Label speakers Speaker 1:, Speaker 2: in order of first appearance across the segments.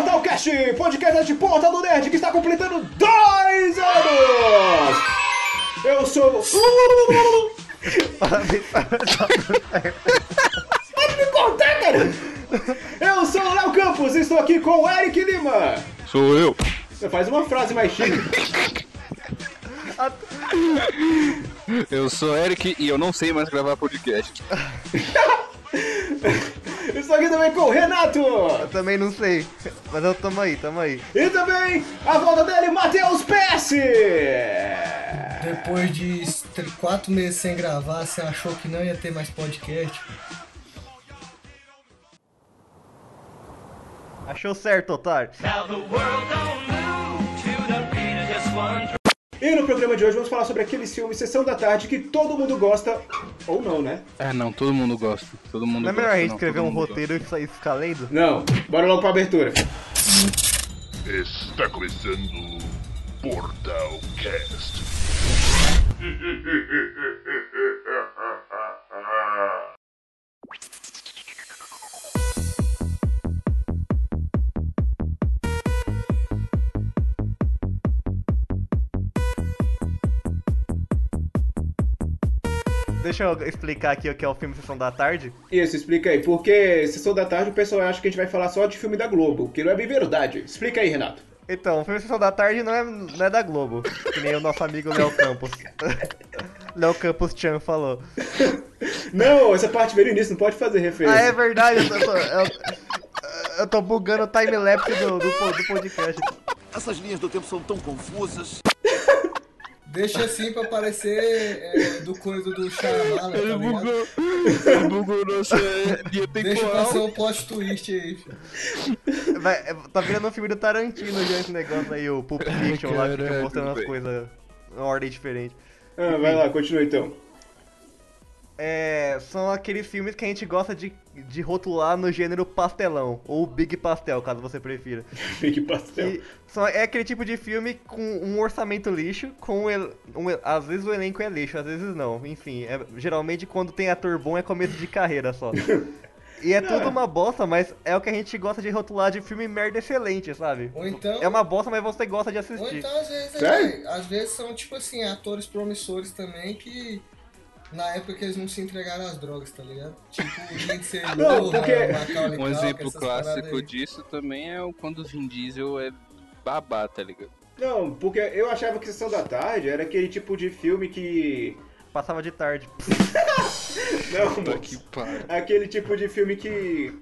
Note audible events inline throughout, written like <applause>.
Speaker 1: Nerdcast, podcast de ponta do Nerd, que está completando dois anos! Eu sou...
Speaker 2: Parabéns
Speaker 1: Pode me contar, cara! Eu sou o Léo Campos e estou aqui com o Eric Lima!
Speaker 3: Sou eu.
Speaker 1: Você faz uma frase mais chique.
Speaker 3: Eu sou Eric e eu não sei mais gravar podcast.
Speaker 1: Estou aqui também com o Renato!
Speaker 2: Eu também não sei. Mas eu tamo aí, tamo aí.
Speaker 1: E também a volta dele, Matheus PS!
Speaker 4: Depois de tr- quatro meses sem gravar, você achou que não ia ter mais podcast?
Speaker 2: Achou certo, otário?
Speaker 5: Now the world don't move to the beat of just one drum.
Speaker 1: E no programa de hoje vamos falar sobre aqueles filmes Sessão da Tarde que todo mundo gosta, ou não, né?
Speaker 3: Ah, não, todo mundo gosta. Todo mundo
Speaker 2: Não é
Speaker 3: gosta,
Speaker 2: melhor a gente
Speaker 3: não,
Speaker 2: escrever
Speaker 3: todo
Speaker 2: um
Speaker 3: mundo
Speaker 2: roteiro e sair ficar lendo?
Speaker 1: Não, bora logo pra abertura.
Speaker 6: Está começando Portal Cast.
Speaker 2: Deixa eu explicar aqui o que é o filme Sessão da Tarde.
Speaker 1: Isso, explica aí, porque Sessão da Tarde o pessoal acha que a gente vai falar só de filme da Globo, que não é bem verdade. Explica aí, Renato.
Speaker 2: Então, o filme Sessão da Tarde não é, não é da Globo, que nem o nosso amigo Léo Campos. <laughs> Léo Campos Chan falou.
Speaker 1: Não, essa parte veio no início, não pode fazer referência.
Speaker 2: Ah, é verdade, eu tô, eu, eu- eu tô bugando o timelapse do, do, po- do podcast.
Speaker 7: Essas linhas do tempo são tão confusas.
Speaker 4: Deixa assim pra parecer é, do coisa do Xaramala, tá
Speaker 3: Ele
Speaker 4: ligado?
Speaker 3: bugou. Ele bugou nossa linha
Speaker 4: Deixa pra ser
Speaker 3: temporal.
Speaker 4: um plot twist aí. filho.
Speaker 2: Vai- é, tá virando um filme do Tarantino já esse negócio aí, o
Speaker 3: <laughs>
Speaker 2: Pulp Fiction lá, que fica
Speaker 3: caralho,
Speaker 2: mostrando as
Speaker 3: velho.
Speaker 2: coisas em ordem diferente.
Speaker 1: Ah, vai lá, continua então.
Speaker 2: É, são aqueles filmes que a gente gosta de, de rotular no gênero pastelão, ou big pastel, caso você prefira.
Speaker 1: Fique pastel.
Speaker 2: E são, é aquele tipo de filme com um orçamento lixo, com um el- um el- às vezes o elenco é lixo, às vezes não. Enfim, é- geralmente quando tem ator bom é começo de carreira
Speaker 4: <laughs>
Speaker 2: só. E é tudo uma bosta, mas é o que a gente gosta de rotular de filme merda excelente, sabe?
Speaker 4: Ou então-
Speaker 2: É uma bosta, mas você gosta de
Speaker 4: Ou
Speaker 2: assistir.
Speaker 4: então, às vezes,
Speaker 1: Sério?
Speaker 4: é, às vezes são tipo assim, atores promissores também que. Na época que eles não se entregaram às drogas, tá ligado? Tipo, o Lindsay
Speaker 1: Não,
Speaker 4: Lohan,
Speaker 1: porque-
Speaker 4: Macaulay
Speaker 3: Um
Speaker 4: Culkin,
Speaker 3: exemplo
Speaker 4: essas paradas
Speaker 3: clássico
Speaker 4: aí.
Speaker 3: disso também é o quando o Vin Diesel é babá, tá ligado?
Speaker 1: Não, porque eu achava que Sessão da Tarde era aquele tipo de filme que.
Speaker 2: Passava de tarde.
Speaker 1: Não,
Speaker 3: Puta
Speaker 1: mano.
Speaker 3: que pariu.
Speaker 1: aquele tipo de filme que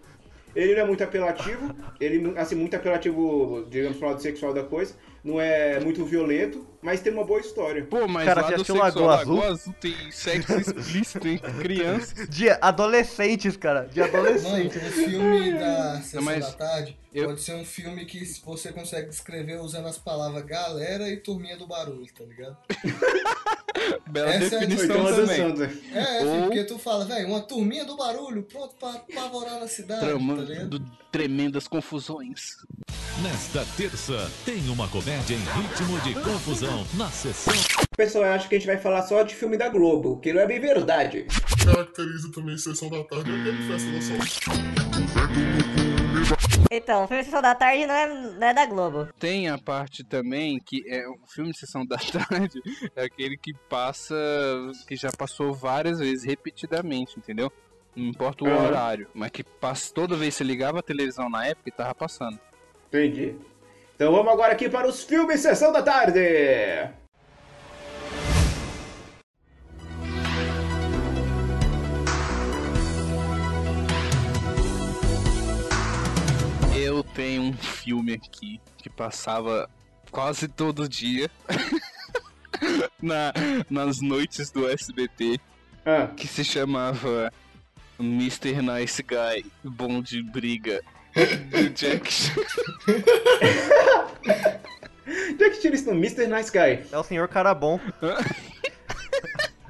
Speaker 1: ele não é muito apelativo, ele não- assim muito apelativo, digamos, pro lado sexual da coisa, não é muito violento, mas tem uma boa história.
Speaker 3: Pô, mas
Speaker 2: Cara,
Speaker 3: lá
Speaker 2: já
Speaker 3: do
Speaker 2: assistiu
Speaker 3: sexual
Speaker 2: Lagoa
Speaker 3: Lagoa Azul tem
Speaker 2: <laughs>
Speaker 3: sexo explícito em crianças.
Speaker 2: De adolescentes, cara. De
Speaker 4: <laughs> Mano,
Speaker 2: adolescentes.
Speaker 4: o um filme da Sessão
Speaker 3: Mas
Speaker 4: da Tarde
Speaker 3: eu-
Speaker 4: pode ser um filme que você consegue descrever usando as palavras galera e turminha do barulho, tá ligado?
Speaker 3: Bela
Speaker 4: Essa é a
Speaker 1: Ou
Speaker 3: definição
Speaker 1: então a
Speaker 3: também.
Speaker 1: dançando.
Speaker 4: É, é,
Speaker 3: Ou-
Speaker 4: filho, porque tu fala, velho, uma turminha do barulho, pronto pra pavorar na cidade, tá ligado?
Speaker 3: Tramando tremendas confusões.
Speaker 8: Nesta terça, tem uma comédia em ritmo de confusão na sessão.
Speaker 1: O pessoal acha que a gente vai falar só de filme da Globo, que não é bem verdade.
Speaker 6: Caracteriza também Sessão da Tarde e aquele Festa da Sol.
Speaker 9: Então, o filme Sessão da Tarde não é, não é da Globo.
Speaker 3: Tem a parte também que é um filme de sessão <laughs> da tarde, é aquele que passa, que já passou várias vezes repetidamente, entendeu? Não importa o
Speaker 1: Aham.
Speaker 3: horário, mas que passa toda vez que você ligava a televisão na época e tava passando.
Speaker 1: Entendi. Então vamos agora aqui para os filmes Sessão da Tarde.
Speaker 3: Eu tenho um filme aqui que passava quase todo dia <laughs> na- nas noites do SBT,
Speaker 1: Ah,
Speaker 3: que se chamava Mr. Nice Guy, Bom de Briga, do Jack Chan.
Speaker 1: onde é que tira isso no Mr. Nice Guy?
Speaker 2: É o senhor cara bom.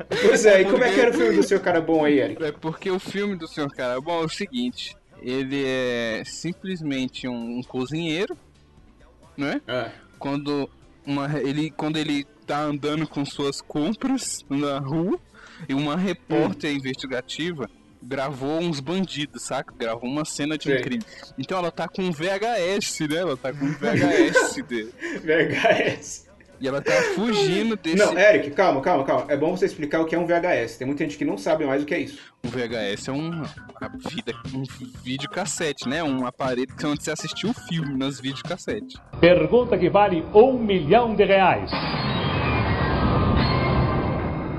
Speaker 1: Pois é, e como é que era o filme do seu cara bom aí, Eric?
Speaker 3: É porque o filme do Sr. Carabal é o seguinte: ele é simplesmente um, um cozinheiro, né?
Speaker 1: Ah,
Speaker 3: Quando, uma, ele, quando ele tá andando com suas compras na rua e uma repórter investigativa gravou uns bandidos, saca? Gravou uma cena de um
Speaker 1: Sei.
Speaker 3: crime. Então ela tá com VHS, né? Ela tá com VHS dele.
Speaker 1: VHS.
Speaker 3: E ela tá fugindo desse
Speaker 1: Não, Eric, calma, calma, calma. É bom você explicar o que é um VHS. Tem muita gente que não sabe mais o que é isso.
Speaker 3: O VHS é um, a vida, um videocassete, né? Um aparelho que é onde você assistiu o filme nas videocassete.
Speaker 10: Pergunta que vale um milhão de reais.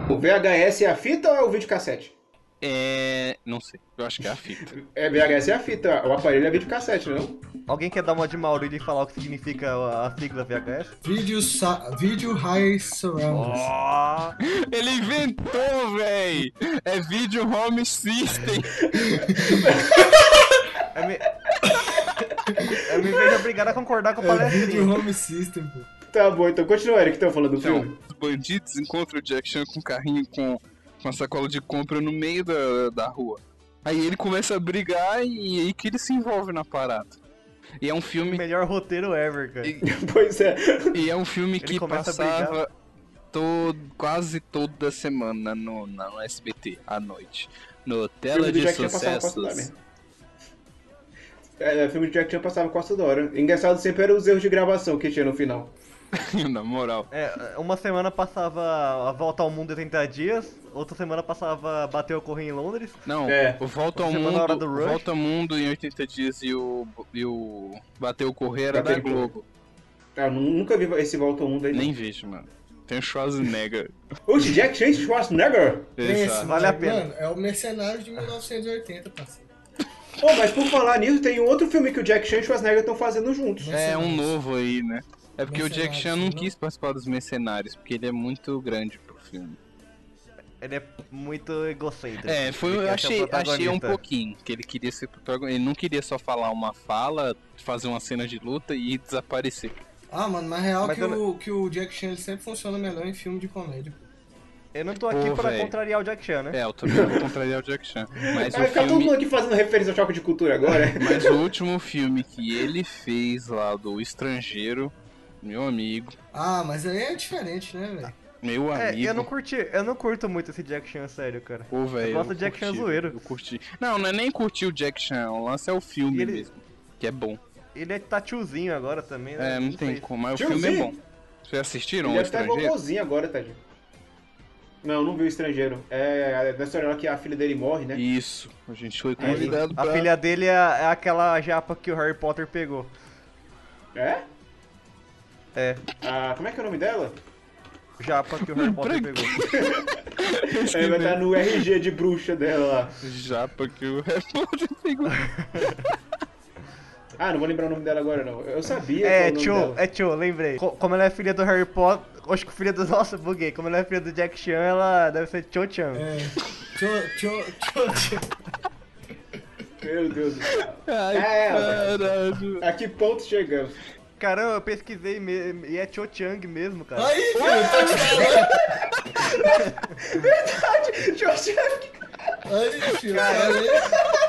Speaker 1: O VHS é a fita ou é o videocassete?
Speaker 3: É. Não sei. Eu acho que é a fita. <laughs>
Speaker 1: É, VHS é a fita, o aparelho é videocassete, não?
Speaker 2: Alguém quer dar uma de Maurílio e falar o que significa a- a sigla VHS?
Speaker 4: Video, sa- Video High Surround.
Speaker 2: Ó,
Speaker 3: Ele inventou, véi! É Video Home System!
Speaker 1: É.
Speaker 2: eu me... <laughs> eu me vejo obrigado a concordar com o
Speaker 4: É Video
Speaker 2: palestrinho.
Speaker 4: Home System, pô.
Speaker 1: Tá bom, então continua, Eric, então, falando do
Speaker 3: Então,
Speaker 1: filme. <laughs>
Speaker 3: os bandidos encontram o Jack Chan com um carrinho com, com a sacola de compra no meio da, da rua. Aí ele começa a brigar e aí que ele se envolve na parada. E é um filme
Speaker 2: Melhor roteiro ever, cara.
Speaker 3: E-
Speaker 1: Pois é.
Speaker 3: E é um filme
Speaker 2: Ele
Speaker 3: que
Speaker 2: começa a
Speaker 3: passava todo, quase toda semana no, na- no SBT à noite. No
Speaker 1: O
Speaker 3: Tela
Speaker 1: filme do
Speaker 3: de
Speaker 1: Jack Chan passava quase toda
Speaker 3: Sucessos. <laughs>
Speaker 1: hora. É, o filme do Jack Chan passava quase toda hora. Engraçado sempre eram os erros de gravação que tinha no final.
Speaker 3: na moral.
Speaker 2: É, uma semana passava a volta ao mundo em 80 dias, outra semana passava bater o correio em Londres.
Speaker 3: Não,
Speaker 1: É.
Speaker 3: o Volta ao
Speaker 2: Você mandou a hora
Speaker 3: Mundo.
Speaker 2: do
Speaker 3: o
Speaker 2: Rush?
Speaker 3: Volta ao Mundo em 80 dias e o. E o Bateu Correira da
Speaker 1: Bateu o Correr.
Speaker 3: Globo.
Speaker 1: Ah, nu- nunca vi esse Volta ao Mundo aí. não.
Speaker 3: Nem vejo, mano. Tem o
Speaker 2: <laughs>
Speaker 3: Schwarzenegger.
Speaker 1: Oxe, Jack Chan e Schwarzenegger?
Speaker 4: Pensa,
Speaker 3: Exato.
Speaker 2: vale a
Speaker 4: mano,
Speaker 2: pena.
Speaker 4: Mano, é o Mercenário de 1980, parceiro.
Speaker 1: Pô, mas por falar nisso, tem um outro filme que o Jack Chan e o Schwarzenegger estão fazendo juntos.
Speaker 3: É um novo aí, né? É porque o Jack
Speaker 4: Mercenários,
Speaker 3: Chan não
Speaker 2: né?
Speaker 4: não?
Speaker 3: quis participar dos Mercenários, porque ele é muito grande pro filme.
Speaker 2: Ele é muito egocêntrico.
Speaker 3: É, foi,
Speaker 2: Ele
Speaker 3: eu
Speaker 2: quer ser
Speaker 3: achei, achei
Speaker 2: o
Speaker 3: um
Speaker 2: protagonista.
Speaker 3: pouquinho que ele queria ser protagonista. Ele não queria só falar uma fala, fazer uma cena de luta e desaparecer.
Speaker 4: Ah, mano, na real
Speaker 2: Mas
Speaker 4: que,
Speaker 2: eu
Speaker 4: o, que o Jack Chan ele sempre funciona melhor em filme de comédia. pô.
Speaker 2: Eu não tô aqui
Speaker 3: Pô,
Speaker 2: pra
Speaker 3: véi.
Speaker 2: contrariar o Jack Chan, né?
Speaker 3: É, eu
Speaker 2: <laughs>
Speaker 3: também vou contrariar o Jack Chan. Mas
Speaker 2: É,
Speaker 1: Vai
Speaker 3: é o,
Speaker 2: tá
Speaker 1: ficar todo mundo
Speaker 3: filme,
Speaker 1: aqui fazendo referência ao choque de cultura
Speaker 3: <laughs>
Speaker 1: agora.
Speaker 3: mas o último filme que ele fez lá do Estrangeiro, meu amigo,
Speaker 4: Ah, mas aí é diferente, né, velho?
Speaker 3: meu
Speaker 2: É,
Speaker 3: amigo.
Speaker 2: eu não curti, eu não curto muito esse Jack Chan sério, cara.
Speaker 3: Pô, velho,
Speaker 2: eu gosto do Jack
Speaker 3: curti,
Speaker 2: Chan zoeiro.
Speaker 3: Eu curti. Não, não é nem curtir o Jack Chan, o lance é o filme
Speaker 2: E ele-
Speaker 3: mesmo. Que é bom.
Speaker 2: Ele é tá tiozinho agora também, né?
Speaker 3: É, não tem
Speaker 2: sei.
Speaker 3: como, mas o
Speaker 1: Tiozinho.
Speaker 3: filme é bom. Vocês assistiram
Speaker 1: Ele é
Speaker 3: o
Speaker 1: deve estar
Speaker 3: Estrangeiro?
Speaker 1: vovozinho agora, tadinho. Não, não vi o estrangeiro. É, é da história lá que a filha dele morre, né?
Speaker 3: Isso, a gente foi
Speaker 2: Aí,
Speaker 3: convidado
Speaker 2: É, a
Speaker 3: pra...
Speaker 2: filha dele é, é aquela japa que o Harry Potter pegou.
Speaker 1: É?
Speaker 2: É,
Speaker 1: Ah, como é que é o nome dela?
Speaker 2: japa que o Harry Potter pegou.
Speaker 1: É,
Speaker 3: né?
Speaker 1: vai estar no RG de bruxa dela lá.
Speaker 3: Japa que o repórter pegou.
Speaker 1: Ah, não vou lembrar o nome dela agora, não. Eu sabia
Speaker 2: É,
Speaker 1: que
Speaker 2: tio,
Speaker 1: era o nome dela.
Speaker 2: é tio, lembrei. Co- como ela é filha do Harry Potter, acho que filha do. <laughs> Nossa, buguei. Como ela é filha do Jack Chan, ela deve ser Cho Chan.
Speaker 4: É. Tio, tio, tio, tio.
Speaker 2: é-
Speaker 1: Meu Deus do céu.
Speaker 3: Ai,
Speaker 1: É,
Speaker 3: caralho.
Speaker 1: A que ponto chegamos? <laughs>
Speaker 2: Caramba, eu pesquisei me- e é Cho Chang mesmo, cara.
Speaker 4: Aí, filho, eu tô te falando. Aí, filho, aí,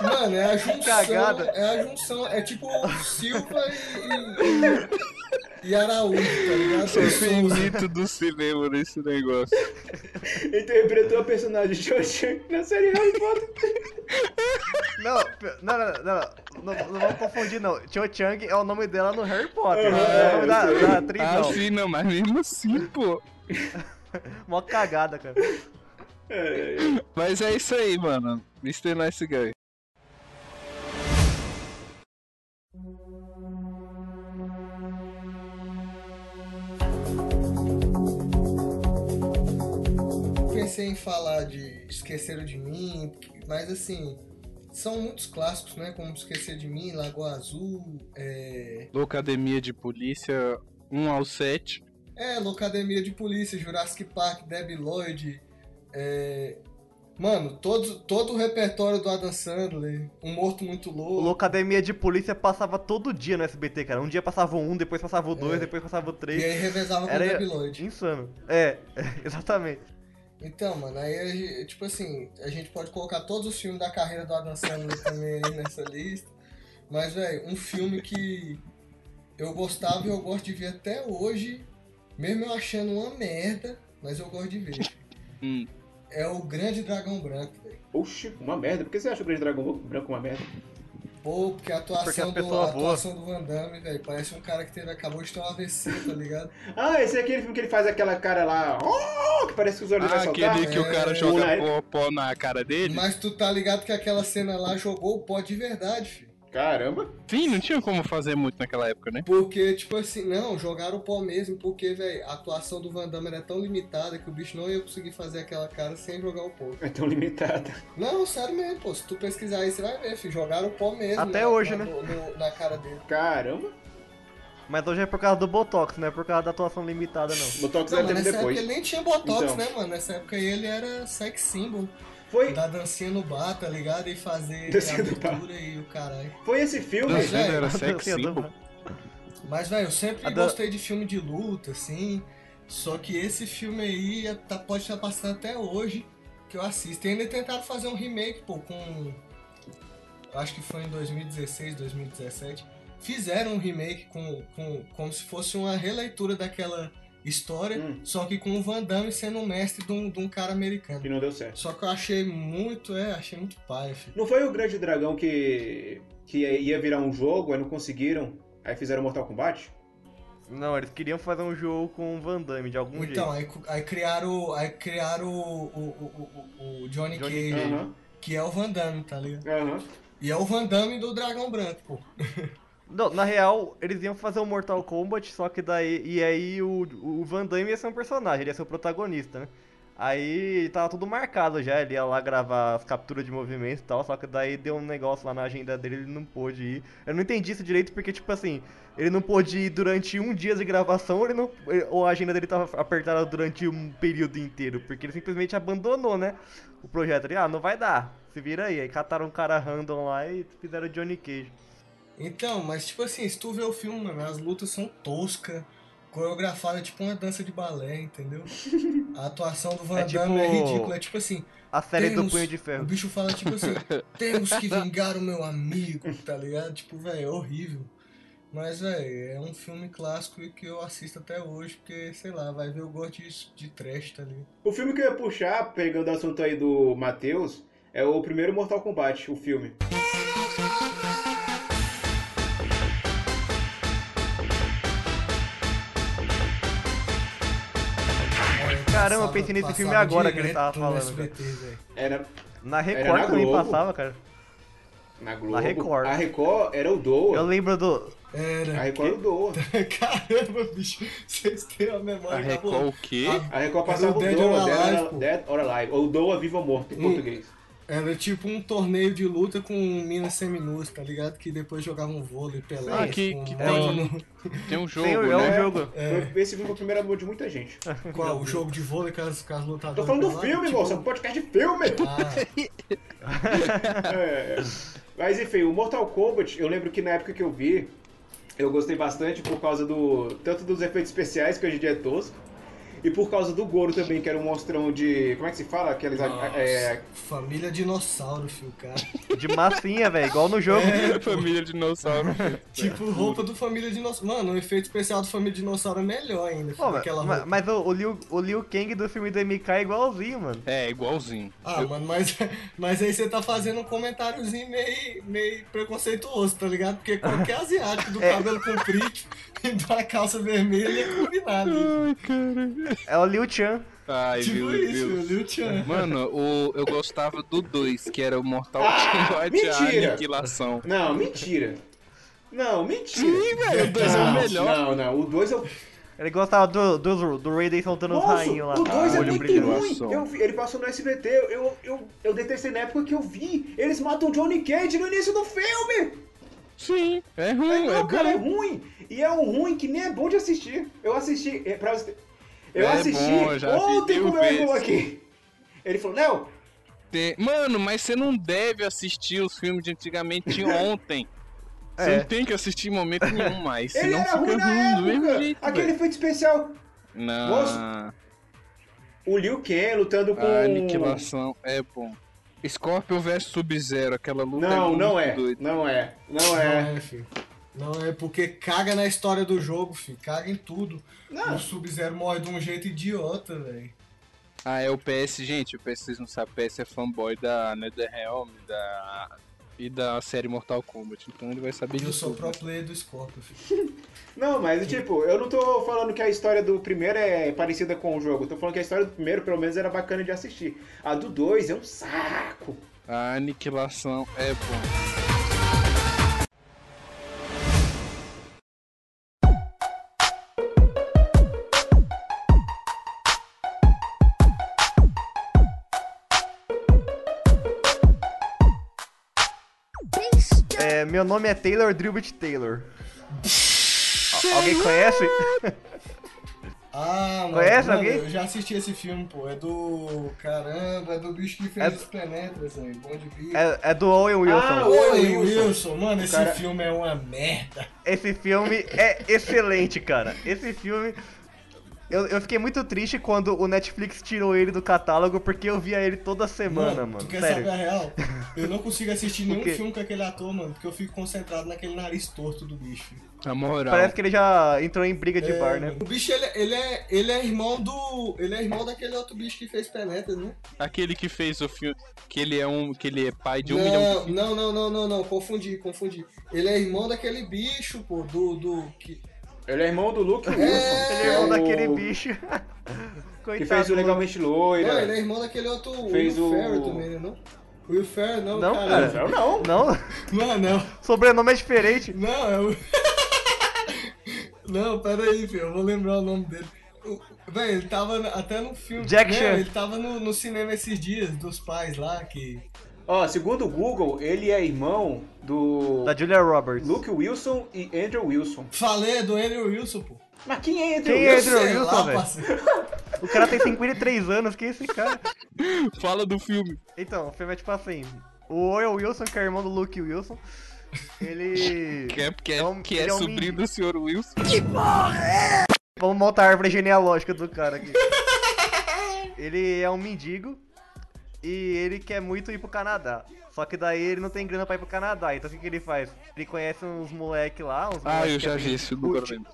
Speaker 4: Mano, é a junção.
Speaker 2: Cagada.
Speaker 4: É a junção. É tipo Silva e. e, e Araújo, tá ligado?
Speaker 3: Sou finito do cinema nesse negócio.
Speaker 1: Interpretou a personagem Jojo na série Harry Potter.
Speaker 2: Não, pe- não, não, não, não, não, não vamos confundir, não. Cho Chang é o nome dela no Harry Potter. não é o nome da, da atriz,
Speaker 3: Ah,
Speaker 2: não.
Speaker 3: sim, não, mas mesmo assim, pô.
Speaker 2: Mó cagada, cara.
Speaker 1: É,
Speaker 3: Mas é isso aí, mano. Mr. Nice Guy.
Speaker 4: pensei em falar de Esqueceram de Mim, mas assim, são muitos clássicos, né? Como Esquecer de Mim, Lagoa Azul, é,
Speaker 3: Locademia de Polícia 1 ao 7.
Speaker 4: é Locademia de Polícia, Jurassic Park, Debbie Lloyd, é, mano, todo, todo o repertório do Adam Sandler, Um Morto Muito
Speaker 2: O
Speaker 4: Louco,
Speaker 2: Locademia de Polícia passava todo dia no SBT, cara. Um dia passava um, depois passava o dois, depois passava o
Speaker 4: e
Speaker 2: três.
Speaker 4: aí revezava com
Speaker 2: Era-
Speaker 4: Debbie Lloyd.
Speaker 2: Insano. É, <laughs> exatamente.
Speaker 4: Então, mano, aí, a gen- tipo assim, a gente pode colocar todos os filmes da carreira do Adam Sandler também aí nessa lista. Mas, velho, um filme que eu gostava e eu gosto de ver até hoje, mesmo eu achando uma merda, mas eu gosto de ver.
Speaker 3: Hum.
Speaker 4: é o Grande Dragão Branco, velho.
Speaker 1: Oxi, uma merda. Por que é você acha o Grande Dragão Branco uma merda?
Speaker 4: Pô, porque a
Speaker 2: Porque
Speaker 4: atuação,
Speaker 2: as
Speaker 4: do, a
Speaker 2: pessoas voam.
Speaker 4: atuação do Van Damme, velho, parece um cara que teve, acabou de ter um AVC, tá ligado?
Speaker 1: Ah, esse é aquele filme que ele faz aquela cara lá, oh, que parece que os olhos vai
Speaker 3: Ah,
Speaker 1: saltar.
Speaker 3: aquele que o cara
Speaker 1: É.
Speaker 3: joga pó, pó na cara dele?
Speaker 4: Mas tu tá ligado que aquela cena lá jogou o pó de verdade, filho.
Speaker 1: Caramba.
Speaker 3: Sim, não tinha como fazer muito naquela época, né?
Speaker 4: Porque, tipo assim, não, jogaram o pó mesmo, porque, velho, a atuação do Van Damme era tão limitada que o bicho não ia conseguir fazer aquela cara sem jogar o pó.
Speaker 1: É tão limitada.
Speaker 4: Não, sério mesmo, pô. Se tu pesquisar aí, você vai ver, filho. Jogaram o pó mesmo.
Speaker 2: Até
Speaker 4: na-
Speaker 2: hoje,
Speaker 4: na,
Speaker 2: né?
Speaker 4: no- no- na cara dele.
Speaker 1: Caramba.
Speaker 2: Mas hoje é por causa do Botox, não é por causa da atuação limitada, não.
Speaker 1: Botox
Speaker 4: Não,
Speaker 1: era tempo
Speaker 4: mas é nessa
Speaker 1: depois.
Speaker 4: época ele nem tinha Botox,
Speaker 1: Então.
Speaker 4: né, mano? Nessa época aí ele era sex symbol.
Speaker 1: Foi,
Speaker 4: Da dancinha no bar, tá ligado? E fazer
Speaker 1: Dancinha no bar.
Speaker 4: abertura e o caralho.
Speaker 1: foi esse filme.
Speaker 4: Mas,
Speaker 3: Dançando
Speaker 2: <laughs>
Speaker 4: velho,
Speaker 3: era sexy,
Speaker 2: Assim, Eu
Speaker 3: sim,
Speaker 2: tô-
Speaker 3: pô.
Speaker 4: Mas, velho, eu sempre
Speaker 2: A dan-
Speaker 4: gostei de filme de luta, assim. Só que esse filme aí é- tá- pode estar passando até hoje que eu assisto. E ainda tentaram fazer um remake, pô, com. eu Acho que foi em 2016, 2017. Fizeram um remake com, com, como se fosse uma releitura daquela história,
Speaker 1: Hum.
Speaker 4: só que com o Van Damme sendo um mestre de um, de um cara americano.
Speaker 1: Que não deu certo.
Speaker 4: Só que eu achei muito, é, achei muito pai, filho.
Speaker 1: Não foi o Grande Dragão que, que ia virar um jogo, aí não conseguiram, aí fizeram Mortal Kombat?
Speaker 2: Não, eles queriam fazer um jogo com o Van Damme de algum
Speaker 4: Então,
Speaker 2: jeito.
Speaker 4: aí, cu- aí criaram, aí criaram o, o, o, o- o Johnny,
Speaker 2: Johnny
Speaker 4: Cage,
Speaker 1: Aham,
Speaker 4: que é o Van Damme, tá ligado?
Speaker 1: aham.
Speaker 4: E é o Van Damme do Dragão Branco, pô.
Speaker 2: Não, na real, eles iam fazer o Mortal Kombat, só que daí. E aí o, o Van Damme ia ser um personagem, ele ia ser o protagonista, né? Aí tava tudo marcado já, ele ia lá gravar as capturas de movimentos e tal, só que daí deu um negócio lá na agenda dele, ele não pôde ir. Eu não entendi isso direito porque, tipo assim, ele não pôde ir durante um dia de gravação ou, ele não, ou a agenda dele tava apertada durante um período inteiro, porque ele simplesmente abandonou, né? O projeto ali, ah, não vai dar, se vira aí. Aí cataram um cara random lá e fizeram Johnny Cage.
Speaker 4: Então, mas tipo assim, se tu vê o filme, mano, as lutas são toscas, coreografada tipo uma dança de balé, entendeu? A atuação do Van
Speaker 2: É
Speaker 4: Damme é
Speaker 2: tipo-
Speaker 4: ridícula, é tipo assim,
Speaker 2: A série do
Speaker 4: "Temos-"
Speaker 2: Punho de
Speaker 4: o
Speaker 2: Ferro.
Speaker 4: bicho fala tipo assim, temos que vingar o meu amigo, tá ligado? Tipo, velho, é horrível. Mas, velho, é um filme clássico e que eu assisto até hoje, porque, sei lá, vai ver eu gosto de, de trash, tá ligado?
Speaker 1: O filme que eu ia puxar, pegando o assunto aí do Matheus, é o primeiro Mortal Kombat, o filme.
Speaker 2: Caramba, eu pensei nesse filme agora que ele tava falando,
Speaker 1: Era
Speaker 2: Na
Speaker 1: Era
Speaker 2: Record
Speaker 1: na
Speaker 2: também
Speaker 1: Globo.
Speaker 2: passava, cara.
Speaker 1: na Globo.
Speaker 2: Na Record.
Speaker 1: A Record era o Doa.
Speaker 2: Eu lembro do.
Speaker 4: Era.
Speaker 1: A Record era o Doa.
Speaker 4: <laughs> Caramba, bicho, vocês têm a
Speaker 3: A
Speaker 4: memória
Speaker 3: Record o quê?
Speaker 4: Ah,
Speaker 1: A Record
Speaker 4: Era
Speaker 1: passava
Speaker 4: o
Speaker 1: o
Speaker 4: Dead
Speaker 1: Doa,
Speaker 4: or
Speaker 1: Dead
Speaker 4: Alive,
Speaker 1: or-
Speaker 4: pô.
Speaker 1: Dead or Alive, ou Doa Viva ou Morto, em
Speaker 4: Hum.
Speaker 1: português.
Speaker 4: Era tipo um torneio de luta com minas seminuas, tá ligado? Que depois jogavam vôlei, pelé,
Speaker 3: Ah, que-
Speaker 4: com
Speaker 3: que
Speaker 4: bola
Speaker 3: Tem um jogo,
Speaker 2: Tem o- é um
Speaker 3: né?
Speaker 2: jogo.
Speaker 1: Foi- Esse filme foi o primeiro amor de muita gente. <laughs>
Speaker 4: no... Qual? O jogo de vôlei com as, com as lutadoras
Speaker 1: Tô falando do
Speaker 4: peladas,
Speaker 1: filme,
Speaker 4: Ah, tipo-
Speaker 1: moça, um podcast de filme!
Speaker 4: Ah,
Speaker 1: É. Mas enfim, o Mortal Kombat, eu lembro que na época que eu vi, eu gostei bastante por causa do. Tanto dos efeitos especiais, que hoje em dia é tosco, e por causa do Goro também, que era um monstrão de. Como é que se fala? Aqueles. É,
Speaker 4: família dinossauro, filho,
Speaker 1: <laughs>
Speaker 4: cara.
Speaker 2: De massinha, velho. Igual no jogo.
Speaker 1: É.
Speaker 3: <laughs> Família dinossauro.
Speaker 4: tipo roupa do família dinossauro. Mano, o efeito especial do família dinossauro é melhor ainda,
Speaker 2: Pô,
Speaker 4: filho,
Speaker 2: mas,
Speaker 4: aquela
Speaker 2: mas-
Speaker 4: roupa.
Speaker 2: mas o, o, Liu, o Liu Kang do filme do MK é igualzinho, mano.
Speaker 3: É, igualzinho.
Speaker 4: Ah, mano, mas, <laughs> mas aí você tá fazendo um comentáriozinho meio, meio preconceituoso, tá ligado? Porque qualquer asiático do cabelo comprido <laughs> e da calça vermelha é combinado. hein?
Speaker 2: É o Liu Chan.
Speaker 3: Ai,
Speaker 4: tipo
Speaker 3: meu
Speaker 4: isso,
Speaker 3: Deus.
Speaker 4: meu Liu Chan.
Speaker 3: Mano, o, eu gostava do 2, que era o Mortal
Speaker 1: Ah,
Speaker 3: Kombat
Speaker 1: mentira!
Speaker 3: a Aniquilação.
Speaker 1: é... Não, mentira! Não, mentira!
Speaker 3: Sim, velho, o 2 é o
Speaker 1: Não,
Speaker 3: melhor.
Speaker 1: Não, não, o 2 é o.
Speaker 2: Ele gostava do, do, do Raiden soltando os
Speaker 1: Nossa,
Speaker 2: rainhos lá.
Speaker 1: o 2 é
Speaker 2: Olho
Speaker 1: muito
Speaker 2: brilhando.
Speaker 1: ruim! Eu vi- ele passou no SBT, eu, eu, eu detestei na época que eu vi. Eles matam o Johnny Cage no início do filme!
Speaker 3: Sim, é ruim,
Speaker 1: Não,
Speaker 3: é
Speaker 1: cara, é
Speaker 3: bom.
Speaker 1: ruim. E é um ruim que nem é bom de assistir. Eu assisti. é, pra você- Eu
Speaker 3: É
Speaker 1: assisti
Speaker 3: bom, eu já vi
Speaker 1: ontem com
Speaker 3: mil
Speaker 1: o meu irmão
Speaker 3: vezes.
Speaker 1: aqui. Ele falou, não,
Speaker 3: Tem- Mano, mas você não deve assistir os filmes de
Speaker 1: <laughs>
Speaker 3: antigamente de ontem. Você
Speaker 2: É.
Speaker 3: não tem que assistir em momento nenhum mais.
Speaker 1: ele
Speaker 3: senão
Speaker 1: era
Speaker 3: fica
Speaker 1: ruim na
Speaker 3: do mesmo
Speaker 1: época.
Speaker 3: jeito.
Speaker 1: Aquele
Speaker 3: velho.
Speaker 1: efeito especial.
Speaker 3: Não,
Speaker 1: O Liu Kang lutando com.
Speaker 3: a aniquilação é bom. Scorpion vs Sub-Zero, aquela luta é
Speaker 1: Não,
Speaker 3: muito
Speaker 1: não é.
Speaker 3: doida.
Speaker 1: Não é. Não
Speaker 4: Não
Speaker 1: é.
Speaker 4: é, filho. Não é porque caga na história do jogo, filho. Caga em tudo.
Speaker 1: Não.
Speaker 4: O Sub-Zero morre de um jeito idiota, velho.
Speaker 3: Ah, é o PS, gente, o PS, vocês não sabem, o PS é fanboy da NetherRealm da... e da série Mortal Kombat, então ele vai saber
Speaker 4: Eu
Speaker 3: disso.
Speaker 4: sou pro player do Scorpio, filho.
Speaker 1: Não, mas tipo, eu não tô falando que a história do primeiro é parecida com o jogo. Eu tô falando que a história do primeiro, pelo menos, era bacana de assistir. A do dois é um saco.
Speaker 3: A aniquilação é bom.
Speaker 2: É, meu nome é Taylor Drillbit Taylor. Al- Alguém conhece?
Speaker 4: Ah, mano,
Speaker 2: Conhece
Speaker 4: mano,
Speaker 2: alguém?
Speaker 4: eu já assisti esse filme, pô. É do. Caramba, é do bicho que fez
Speaker 2: É-
Speaker 4: os penetras, velho. Bom de vida.
Speaker 2: É, é do Owen Wilson.
Speaker 1: Ah, o-
Speaker 4: Oi,
Speaker 1: Owen
Speaker 4: Wilson.
Speaker 1: Wilson.
Speaker 4: mano,
Speaker 1: O
Speaker 4: esse
Speaker 1: cara-
Speaker 4: filme é uma merda.
Speaker 2: Esse filme é excelente, cara. Esse filme. Eu, eu fiquei muito triste quando o Netflix tirou ele do catálogo porque eu via ele toda semana, mano.
Speaker 4: tu quer
Speaker 2: Sério.
Speaker 4: saber é a real? Eu não consigo assistir nenhum
Speaker 2: quê?
Speaker 4: filme com aquele ator, mano, porque eu fico concentrado naquele nariz torto do bicho. filho.
Speaker 3: Na moral.
Speaker 2: Parece que ele já entrou em briga de
Speaker 4: É,
Speaker 2: bar, né?
Speaker 4: O bicho, ele, ele é, ele é irmão do. Ele é irmão daquele outro bicho que fez Penetra, né?
Speaker 3: Aquele que fez o filme, que ele é um, que ele é pai de um milhão
Speaker 4: Não, não, não, não, não, não, confundi, confundi. Ele é irmão daquele bicho, pô, do. do que...
Speaker 1: Ele é irmão do Luke Wilson. que
Speaker 2: Ele é um
Speaker 1: o-
Speaker 2: daquele bicho. <laughs>
Speaker 1: Que
Speaker 2: Coitado.
Speaker 1: fez o Legalmente
Speaker 4: Não, ele é
Speaker 1: Loira.
Speaker 4: irmão daquele outro
Speaker 1: Fez
Speaker 4: Will
Speaker 1: o-
Speaker 4: Ferrell também, né? Não? Will Ferrell não,
Speaker 2: Não,
Speaker 4: cara.
Speaker 2: cara.
Speaker 1: Eu não.
Speaker 2: Não, <laughs>
Speaker 4: Não, não.
Speaker 2: sobrenome é diferente.
Speaker 4: Não, é o. <laughs> não, pera aí, filho, eu vou lembrar o nome dele. O- Véi, ele tava na- até no filme.
Speaker 2: Jack
Speaker 4: Não,
Speaker 2: Chan.
Speaker 4: Ele tava no, no cinema esses dias, dos pais lá, que.
Speaker 1: Ó, segundo o Google, ele é irmão do
Speaker 2: Da Julia Roberts.
Speaker 1: Luke Wilson e Andrew Wilson.
Speaker 4: Falei, é do Andrew Wilson, pô.
Speaker 1: Mas quem é Andrew
Speaker 2: Quem é
Speaker 1: Wilson?
Speaker 2: Andrew
Speaker 4: Sei lá,
Speaker 2: Wilson, velho?
Speaker 4: parceiro.
Speaker 2: O cara tem 53 anos, que é esse cara?
Speaker 3: de... Fala do filme.
Speaker 2: Então, o filme é tipo assim: o Owen Wilson, que é irmão do Luke Wilson, ele.
Speaker 3: Que é, que é,
Speaker 2: É um-
Speaker 3: que é
Speaker 2: ele é um
Speaker 3: sobrinho
Speaker 2: menino.
Speaker 3: do senhor Wilson.
Speaker 2: Vamos montar a árvore genealógica do cara aqui. ele é um mendigo e ele quer muito ir pro Canadá. Só que daí ele não tem grana pra ir pro Canadá. Então o que, que ele faz? Ele conhece uns moleque lá, uns
Speaker 3: Ah,
Speaker 2: moleque
Speaker 3: eu
Speaker 2: que é
Speaker 3: já vi
Speaker 2: meio-
Speaker 3: esse
Speaker 2: o
Speaker 3: lugar
Speaker 2: ti-
Speaker 3: mesmo.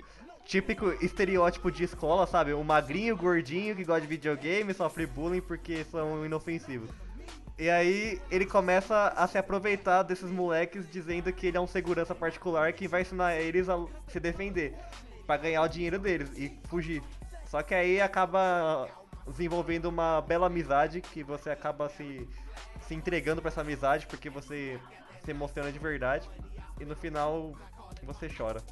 Speaker 2: Típico estereótipo de escola, sabe? O magrinho, o gordinho, que gosta de videogame, sofre bullying porque são inofensivos. E aí ele começa a se aproveitar desses moleques dizendo que ele é um segurança particular que vai ensinar eles a se defender pra ganhar o dinheiro deles e fugir. Só que aí acaba desenvolvendo uma bela amizade que você acaba se, se entregando pra essa amizade porque você se emociona de verdade e no final você chora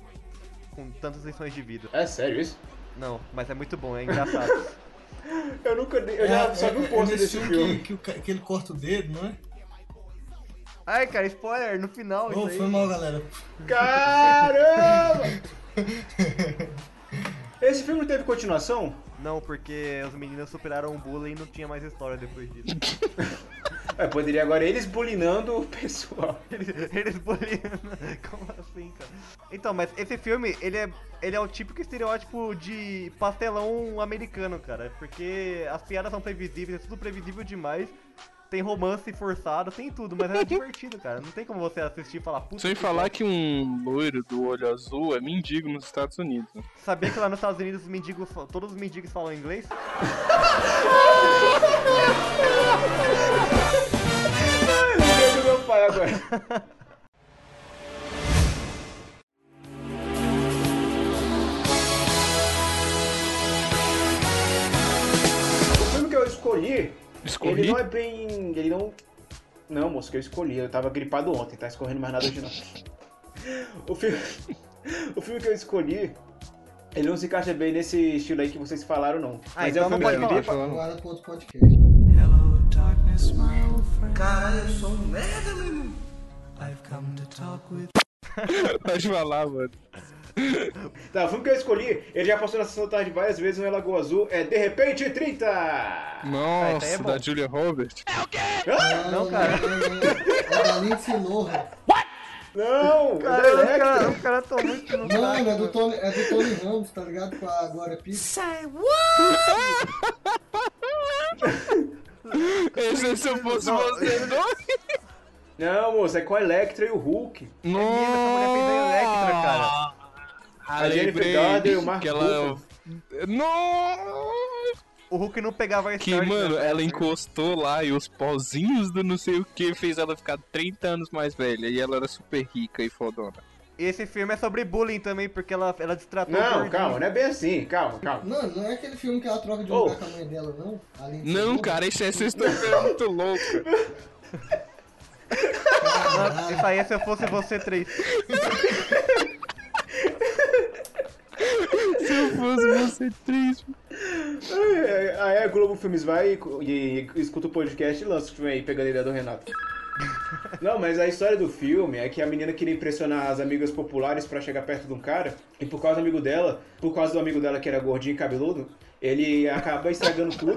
Speaker 2: com tantas lições de vida.
Speaker 1: É sério isso?
Speaker 2: Não, mas é muito bom, é engraçado.
Speaker 1: Eu nunca. Eu já
Speaker 4: É,
Speaker 1: só vi
Speaker 4: é-
Speaker 1: um
Speaker 4: é
Speaker 1: pôster
Speaker 4: nesse
Speaker 1: desse filme.
Speaker 4: Que, que, o ca- que ele corta o dedo, não é?
Speaker 2: <laughs> Ai, cara, spoiler, no final.
Speaker 4: Ô,
Speaker 2: isso aí.
Speaker 4: foi mal, galera.
Speaker 2: <laughs>
Speaker 1: Caramba! Esse filme não teve continuação?
Speaker 2: Não, porque os meninos superaram o bullying e não tinha mais história depois disso.
Speaker 1: É, poderia agora eles bulinando o pessoal.
Speaker 2: <laughs>
Speaker 1: <laughs>
Speaker 2: Eles, eles bullyingam. <laughs> Como assim, cara? Então, mas esse filme, ele é, ele é o típico estereótipo de pastelão americano, cara. Porque as piadas são previsíveis, é tudo previsível demais. Tem romance forçado, tem tudo, mas é divertido, cara. Não tem como você assistir e falar, puta.
Speaker 3: Sem falar que um loiro do olho azul é mendigo nos Estados Unidos. né?
Speaker 2: Sabia que lá nos Estados Unidos os mendigos, fa- todos os mendigos falam inglês?
Speaker 1: Eu lembrei do meu pai agora. o filme que eu escolhi,
Speaker 3: Escolhi?
Speaker 1: ele não é bem. Ele não. Não, moço, que eu escolhi. Eu tava gripado ontem, tá escorrendo mais nada hoje não. <laughs> O filme, o filme que eu escolhi, ele não se encaixa bem nesse estilo aí que vocês falaram, não.
Speaker 2: Ah,
Speaker 1: Mas
Speaker 2: então
Speaker 1: é um
Speaker 2: não
Speaker 1: filme
Speaker 2: pode
Speaker 1: que eu
Speaker 2: falar.
Speaker 1: queria fa-
Speaker 3: Tá
Speaker 4: Agora pro outro podcast.
Speaker 3: Pode falar, mano.
Speaker 1: Tá, o filme que eu escolhi, ele já passou na sessão da tarde várias vezes no Lagoa Azul, é De Repente 30!
Speaker 2: Ah, então
Speaker 3: Nossa,
Speaker 2: é bom.
Speaker 3: da Julia Roberts.
Speaker 2: Não, cara.
Speaker 4: Não, não, não. É da Lindsay Lohan.
Speaker 1: Não!
Speaker 2: Cara,
Speaker 1: é
Speaker 2: os
Speaker 1: da Electra.
Speaker 2: caras os caras tão muito no
Speaker 4: Mano, é
Speaker 2: cara.
Speaker 4: do Tony, é do Tony Ramos, tá ligado? Com a Glória Pires.
Speaker 3: Esse se eu fosse
Speaker 2: Não.
Speaker 3: você,
Speaker 2: <laughs>
Speaker 3: não.
Speaker 1: Não, moço, é com a Electra e o Hulk.
Speaker 2: Menino, essa mulher fez a Electra, cara.
Speaker 3: A
Speaker 1: Jennifer Garner e o Mark
Speaker 3: é que ela... Não!
Speaker 2: O Hulk não pegava a
Speaker 3: Que,
Speaker 2: Stark,
Speaker 3: mano,
Speaker 2: né?
Speaker 3: ela encostou lá e os pauzinhos do não sei o que fez ela ficar 30 anos mais velha. E ela era super rica e fodona.
Speaker 2: Esse filme é sobre bullying também, porque ela, ela destratou o
Speaker 1: Não,
Speaker 2: gordinho.
Speaker 1: calma, não é bem assim, calma, calma.
Speaker 4: Não, não é aquele filme que ela troca de
Speaker 1: Oh.
Speaker 4: lugar com a mãe dela, não? Além de ser
Speaker 3: Não,
Speaker 4: burra.
Speaker 3: cara, esse é sexta-feira muito <laughs> louco.
Speaker 2: Nossa, Isso aí é se eu fosse você três.
Speaker 3: Se eu fosse você triste.
Speaker 1: É, Aí a Globo Filmes vai e, e- e escuta o podcast e lança o filme aí, pegando a ideia do Renato. Não, mas a história do filme é que a menina queria impressionar as amigas populares pra chegar perto de um cara, e por causa do amigo dela, por causa do amigo dela que era gordinho e cabeludo, ele acaba estragando tudo.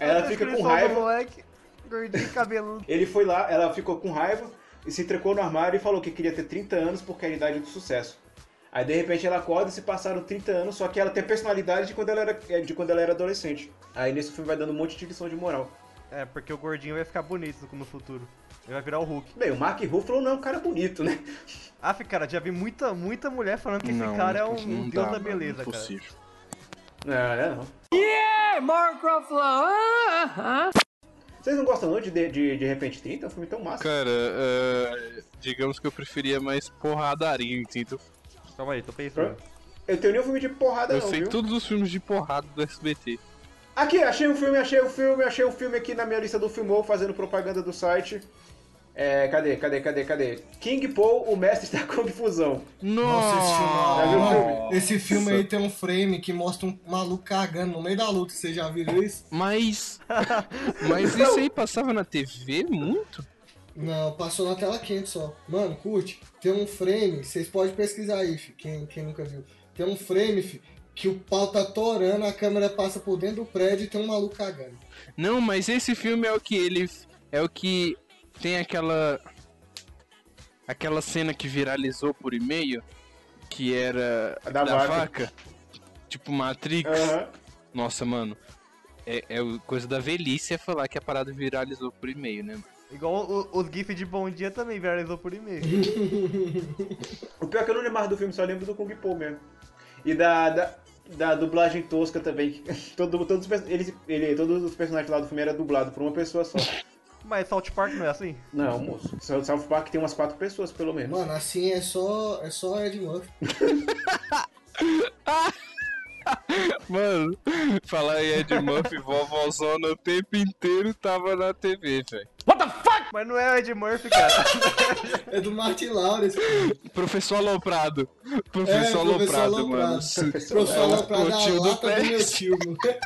Speaker 1: Aí <laughs> ela fica com
Speaker 2: Descrição do
Speaker 1: raiva,
Speaker 2: Moleque, gordinho cabeludo.
Speaker 1: Ele foi lá, ela ficou com raiva, e se trancou no armário e falou que queria ter 30 anos porque era a idade é do sucesso. Aí de repente ela acorda e se passaram 30 anos, só que ela tem a personalidade de quando ela era, é, de quando ela era adolescente. Aí nesse filme vai dando um monte de lição de moral.
Speaker 2: É, porque o gordinho vai ficar bonito no- no futuro. Ele vai virar o Hulk.
Speaker 1: Bem, o Mark Ruffalo não é um cara bonito, né?
Speaker 2: Ah, cara, já vi muita, muita mulher falando que esse cara é um
Speaker 3: não
Speaker 2: deus
Speaker 3: dá,
Speaker 2: da
Speaker 3: mano,
Speaker 2: beleza, cara.
Speaker 3: impossível.
Speaker 1: Não, é não. Yeah, Mark Ruffalo! Vocês não gostam não de De, de, de Repente 30? É um filme tão massa.
Speaker 3: Cara, é, digamos que eu preferia mais porradaria, entendeu?
Speaker 2: Calma aí, tô pensando.
Speaker 1: Eu tenho nenhum filme de porrada
Speaker 3: Eu
Speaker 1: não,
Speaker 3: sei
Speaker 1: viu?
Speaker 3: todos os filmes de porrada do SBT.
Speaker 1: Aqui, achei um filme, achei um filme, achei um filme aqui na minha lista do Filmou, fazendo propaganda do site. É, cadê, cadê, cadê, cadê? King Paul, o mestre <laughs> da confusão.
Speaker 4: Nossa, esse
Speaker 3: é
Speaker 4: filme,
Speaker 1: Já viu o
Speaker 4: Mano,
Speaker 1: filme?
Speaker 4: esse filme aí tem um frame que mostra um maluco cagando no meio da luta, vocês já viram isso?
Speaker 2: <laughs>
Speaker 3: Mas. Mas isso aí passava na TV muito?
Speaker 4: Não, passou na tela quente só. Mano, curte. Tem um frame, vocês podem pesquisar aí, fi, quem, quem nunca viu. Tem um frame, fi, que o pau tá torando, a câmera passa por dentro do prédio e tem um maluco cagando.
Speaker 3: Não, mas esse filme é o que ele. É o que tem aquela. Aquela cena que viralizou por e-mail, que era.
Speaker 1: A da vaca.
Speaker 3: Tipo Matrix.
Speaker 4: Ah.
Speaker 1: Aham.
Speaker 3: Nossa, mano. É, é o- coisa da velhice é falar que a parada viralizou por e-mail, né? mano?
Speaker 2: Igual o- os GIFs de bom dia também viralizou por e-mail.
Speaker 1: O pior é que eu não lembro mais do filme, só lembro do Kung Paul mesmo. E da, da, da dublagem tosca também. <laughs> Todo, todos, os perso- eles, ele, todos os personagens lá do filme eram dublados por uma pessoa só.
Speaker 2: Mas South Park não é assim?
Speaker 1: Não, moço. Só- South Park tem umas quatro pessoas, pelo menos.
Speaker 4: Mano, assim é só. É só Ed Murphy.
Speaker 3: Mano, falar em Ed Murphy, vovózona o tempo inteiro tava na TV, velho.
Speaker 2: Mas não é o Ed Murphy, cara.
Speaker 4: <laughs> É do Martin Lawrence.
Speaker 3: Professor Aloprado.
Speaker 4: É,
Speaker 3: Professor
Speaker 4: professor
Speaker 3: Aloprado, <laughs>
Speaker 4: Aloprado.
Speaker 3: mano.
Speaker 4: Professor Aloprado é
Speaker 3: o tio
Speaker 4: a
Speaker 3: do
Speaker 4: lata do meu
Speaker 3: Pérez.
Speaker 4: tio, mano. <laughs>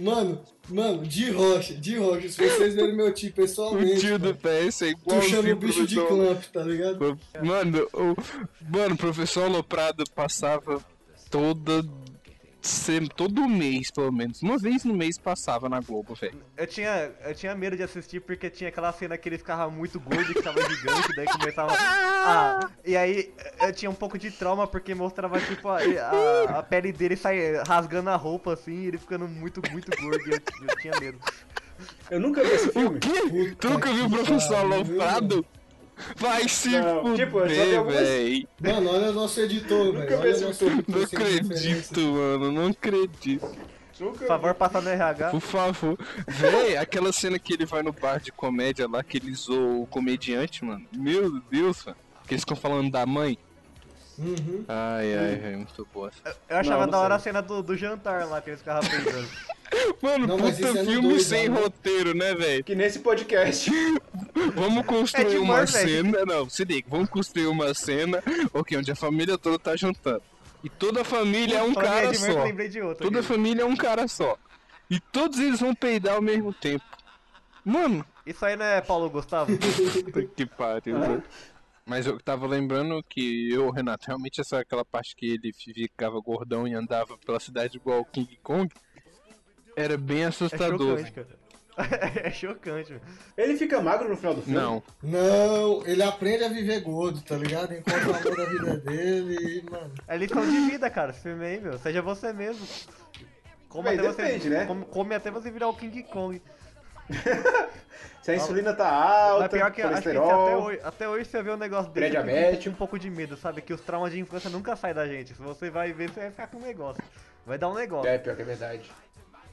Speaker 4: Mano, mano, de rocha, de rocha. Se vocês verem meu tio
Speaker 3: O
Speaker 4: pessoalmente,
Speaker 3: tio
Speaker 4: mano,
Speaker 3: do PS é igual
Speaker 4: tu chama o bicho de clamp, tá ligado?
Speaker 3: Mano, o mano, o professor Loprado passava toda sem- todo mês, pelo menos. Uma vez no mês passava na Globo, velho.
Speaker 2: Eu tinha, eu tinha medo de assistir porque tinha aquela cena que ele ficava muito gordo e que tava gigante, daí começava. Ah, e aí eu tinha um pouco de trauma porque mostrava tipo a, a, a pele dele sai rasgando a roupa assim e ele ficando muito, muito gordo e eu, eu tinha medo.
Speaker 1: Eu nunca vi esse
Speaker 2: <laughs>
Speaker 1: filme.
Speaker 3: Que? Tu nunca viu o professor
Speaker 4: pariu.
Speaker 3: Loprado? Vai se
Speaker 1: Não,
Speaker 3: fuder,
Speaker 1: tipo, eu só vi algumas-
Speaker 3: velho.
Speaker 4: Mano, olha o nosso editor, velho.
Speaker 1: vi
Speaker 4: Olha
Speaker 1: esse
Speaker 4: o nosso editor.
Speaker 3: Não
Speaker 4: sem referência.
Speaker 3: acredito, mano, não acredito.
Speaker 1: Nunca
Speaker 2: Por favor, passar no RH.
Speaker 3: Por favor. Véi, aquela cena que ele vai no bar de comédia lá, que ele zoou o comediante, mano. Meu Deus, mano. Que eles ficam falando da mãe.
Speaker 4: Uhum.
Speaker 3: Ai, ai, velho, muito boa.
Speaker 2: Eu achava
Speaker 1: Não, não
Speaker 2: da hora a
Speaker 1: sei.
Speaker 2: cena do, do jantar lá que eles ficavam pensando.
Speaker 3: Mano,
Speaker 4: Não, mas
Speaker 3: puta
Speaker 4: isso é no
Speaker 3: filme
Speaker 4: dois,
Speaker 3: sem
Speaker 4: né?
Speaker 3: roteiro, né,
Speaker 4: <laughs>
Speaker 3: velho?
Speaker 1: Que nesse
Speaker 2: <laughs>
Speaker 1: podcast.
Speaker 3: Vamos construir
Speaker 2: É
Speaker 3: uma
Speaker 2: demais, velho.
Speaker 3: cena. Não, se liga, vamos construir uma cena ok, onde a família toda tá juntando. <laughs> E toda a família é um
Speaker 2: Falando em
Speaker 3: cara
Speaker 2: Ed Murphy,
Speaker 3: só.
Speaker 2: lembrei de outro.
Speaker 3: Toda a
Speaker 2: aqui.
Speaker 3: família é um cara só. E todos eles vão peidar ao mesmo tempo. Mano,
Speaker 2: Isso aí não é
Speaker 3: <laughs>
Speaker 2: Paulo Gustavo?
Speaker 3: puta que
Speaker 4: Ah.
Speaker 3: pariu, velho. Mas eu tava lembrando que eu, Renato, realmente essa é aquela parte que ele ficava gordão e andava pela cidade igual o King Kong era bem
Speaker 2: É
Speaker 3: assustador.
Speaker 2: chocante, cara. <laughs> É chocante, mano.
Speaker 1: Ele fica magro no final do filme?
Speaker 3: não,
Speaker 4: Não, ele aprende a viver gordo, tá ligado? Encontra o amor da vida é dele e, mano.
Speaker 2: É lição de vida, cara, esse filme aí, meu. Seja você mesmo. Come,
Speaker 1: Bem,
Speaker 2: até, você,
Speaker 1: depende, né?
Speaker 2: come, come até você virar o King Kong.
Speaker 1: Se a insulina tá
Speaker 2: Mas
Speaker 1: alta,
Speaker 2: pior que acho que se
Speaker 1: colesterol...
Speaker 2: até hoje, até hoje você vê um negócio desse,
Speaker 1: Pré-diabetes.
Speaker 2: você fica com um pouco de medo, sabe? Que os traumas de infância nunca saem da gente. Se você vai ver, você vai ficar com um negócio. Vai dar um negócio.
Speaker 1: É, pior que é verdade.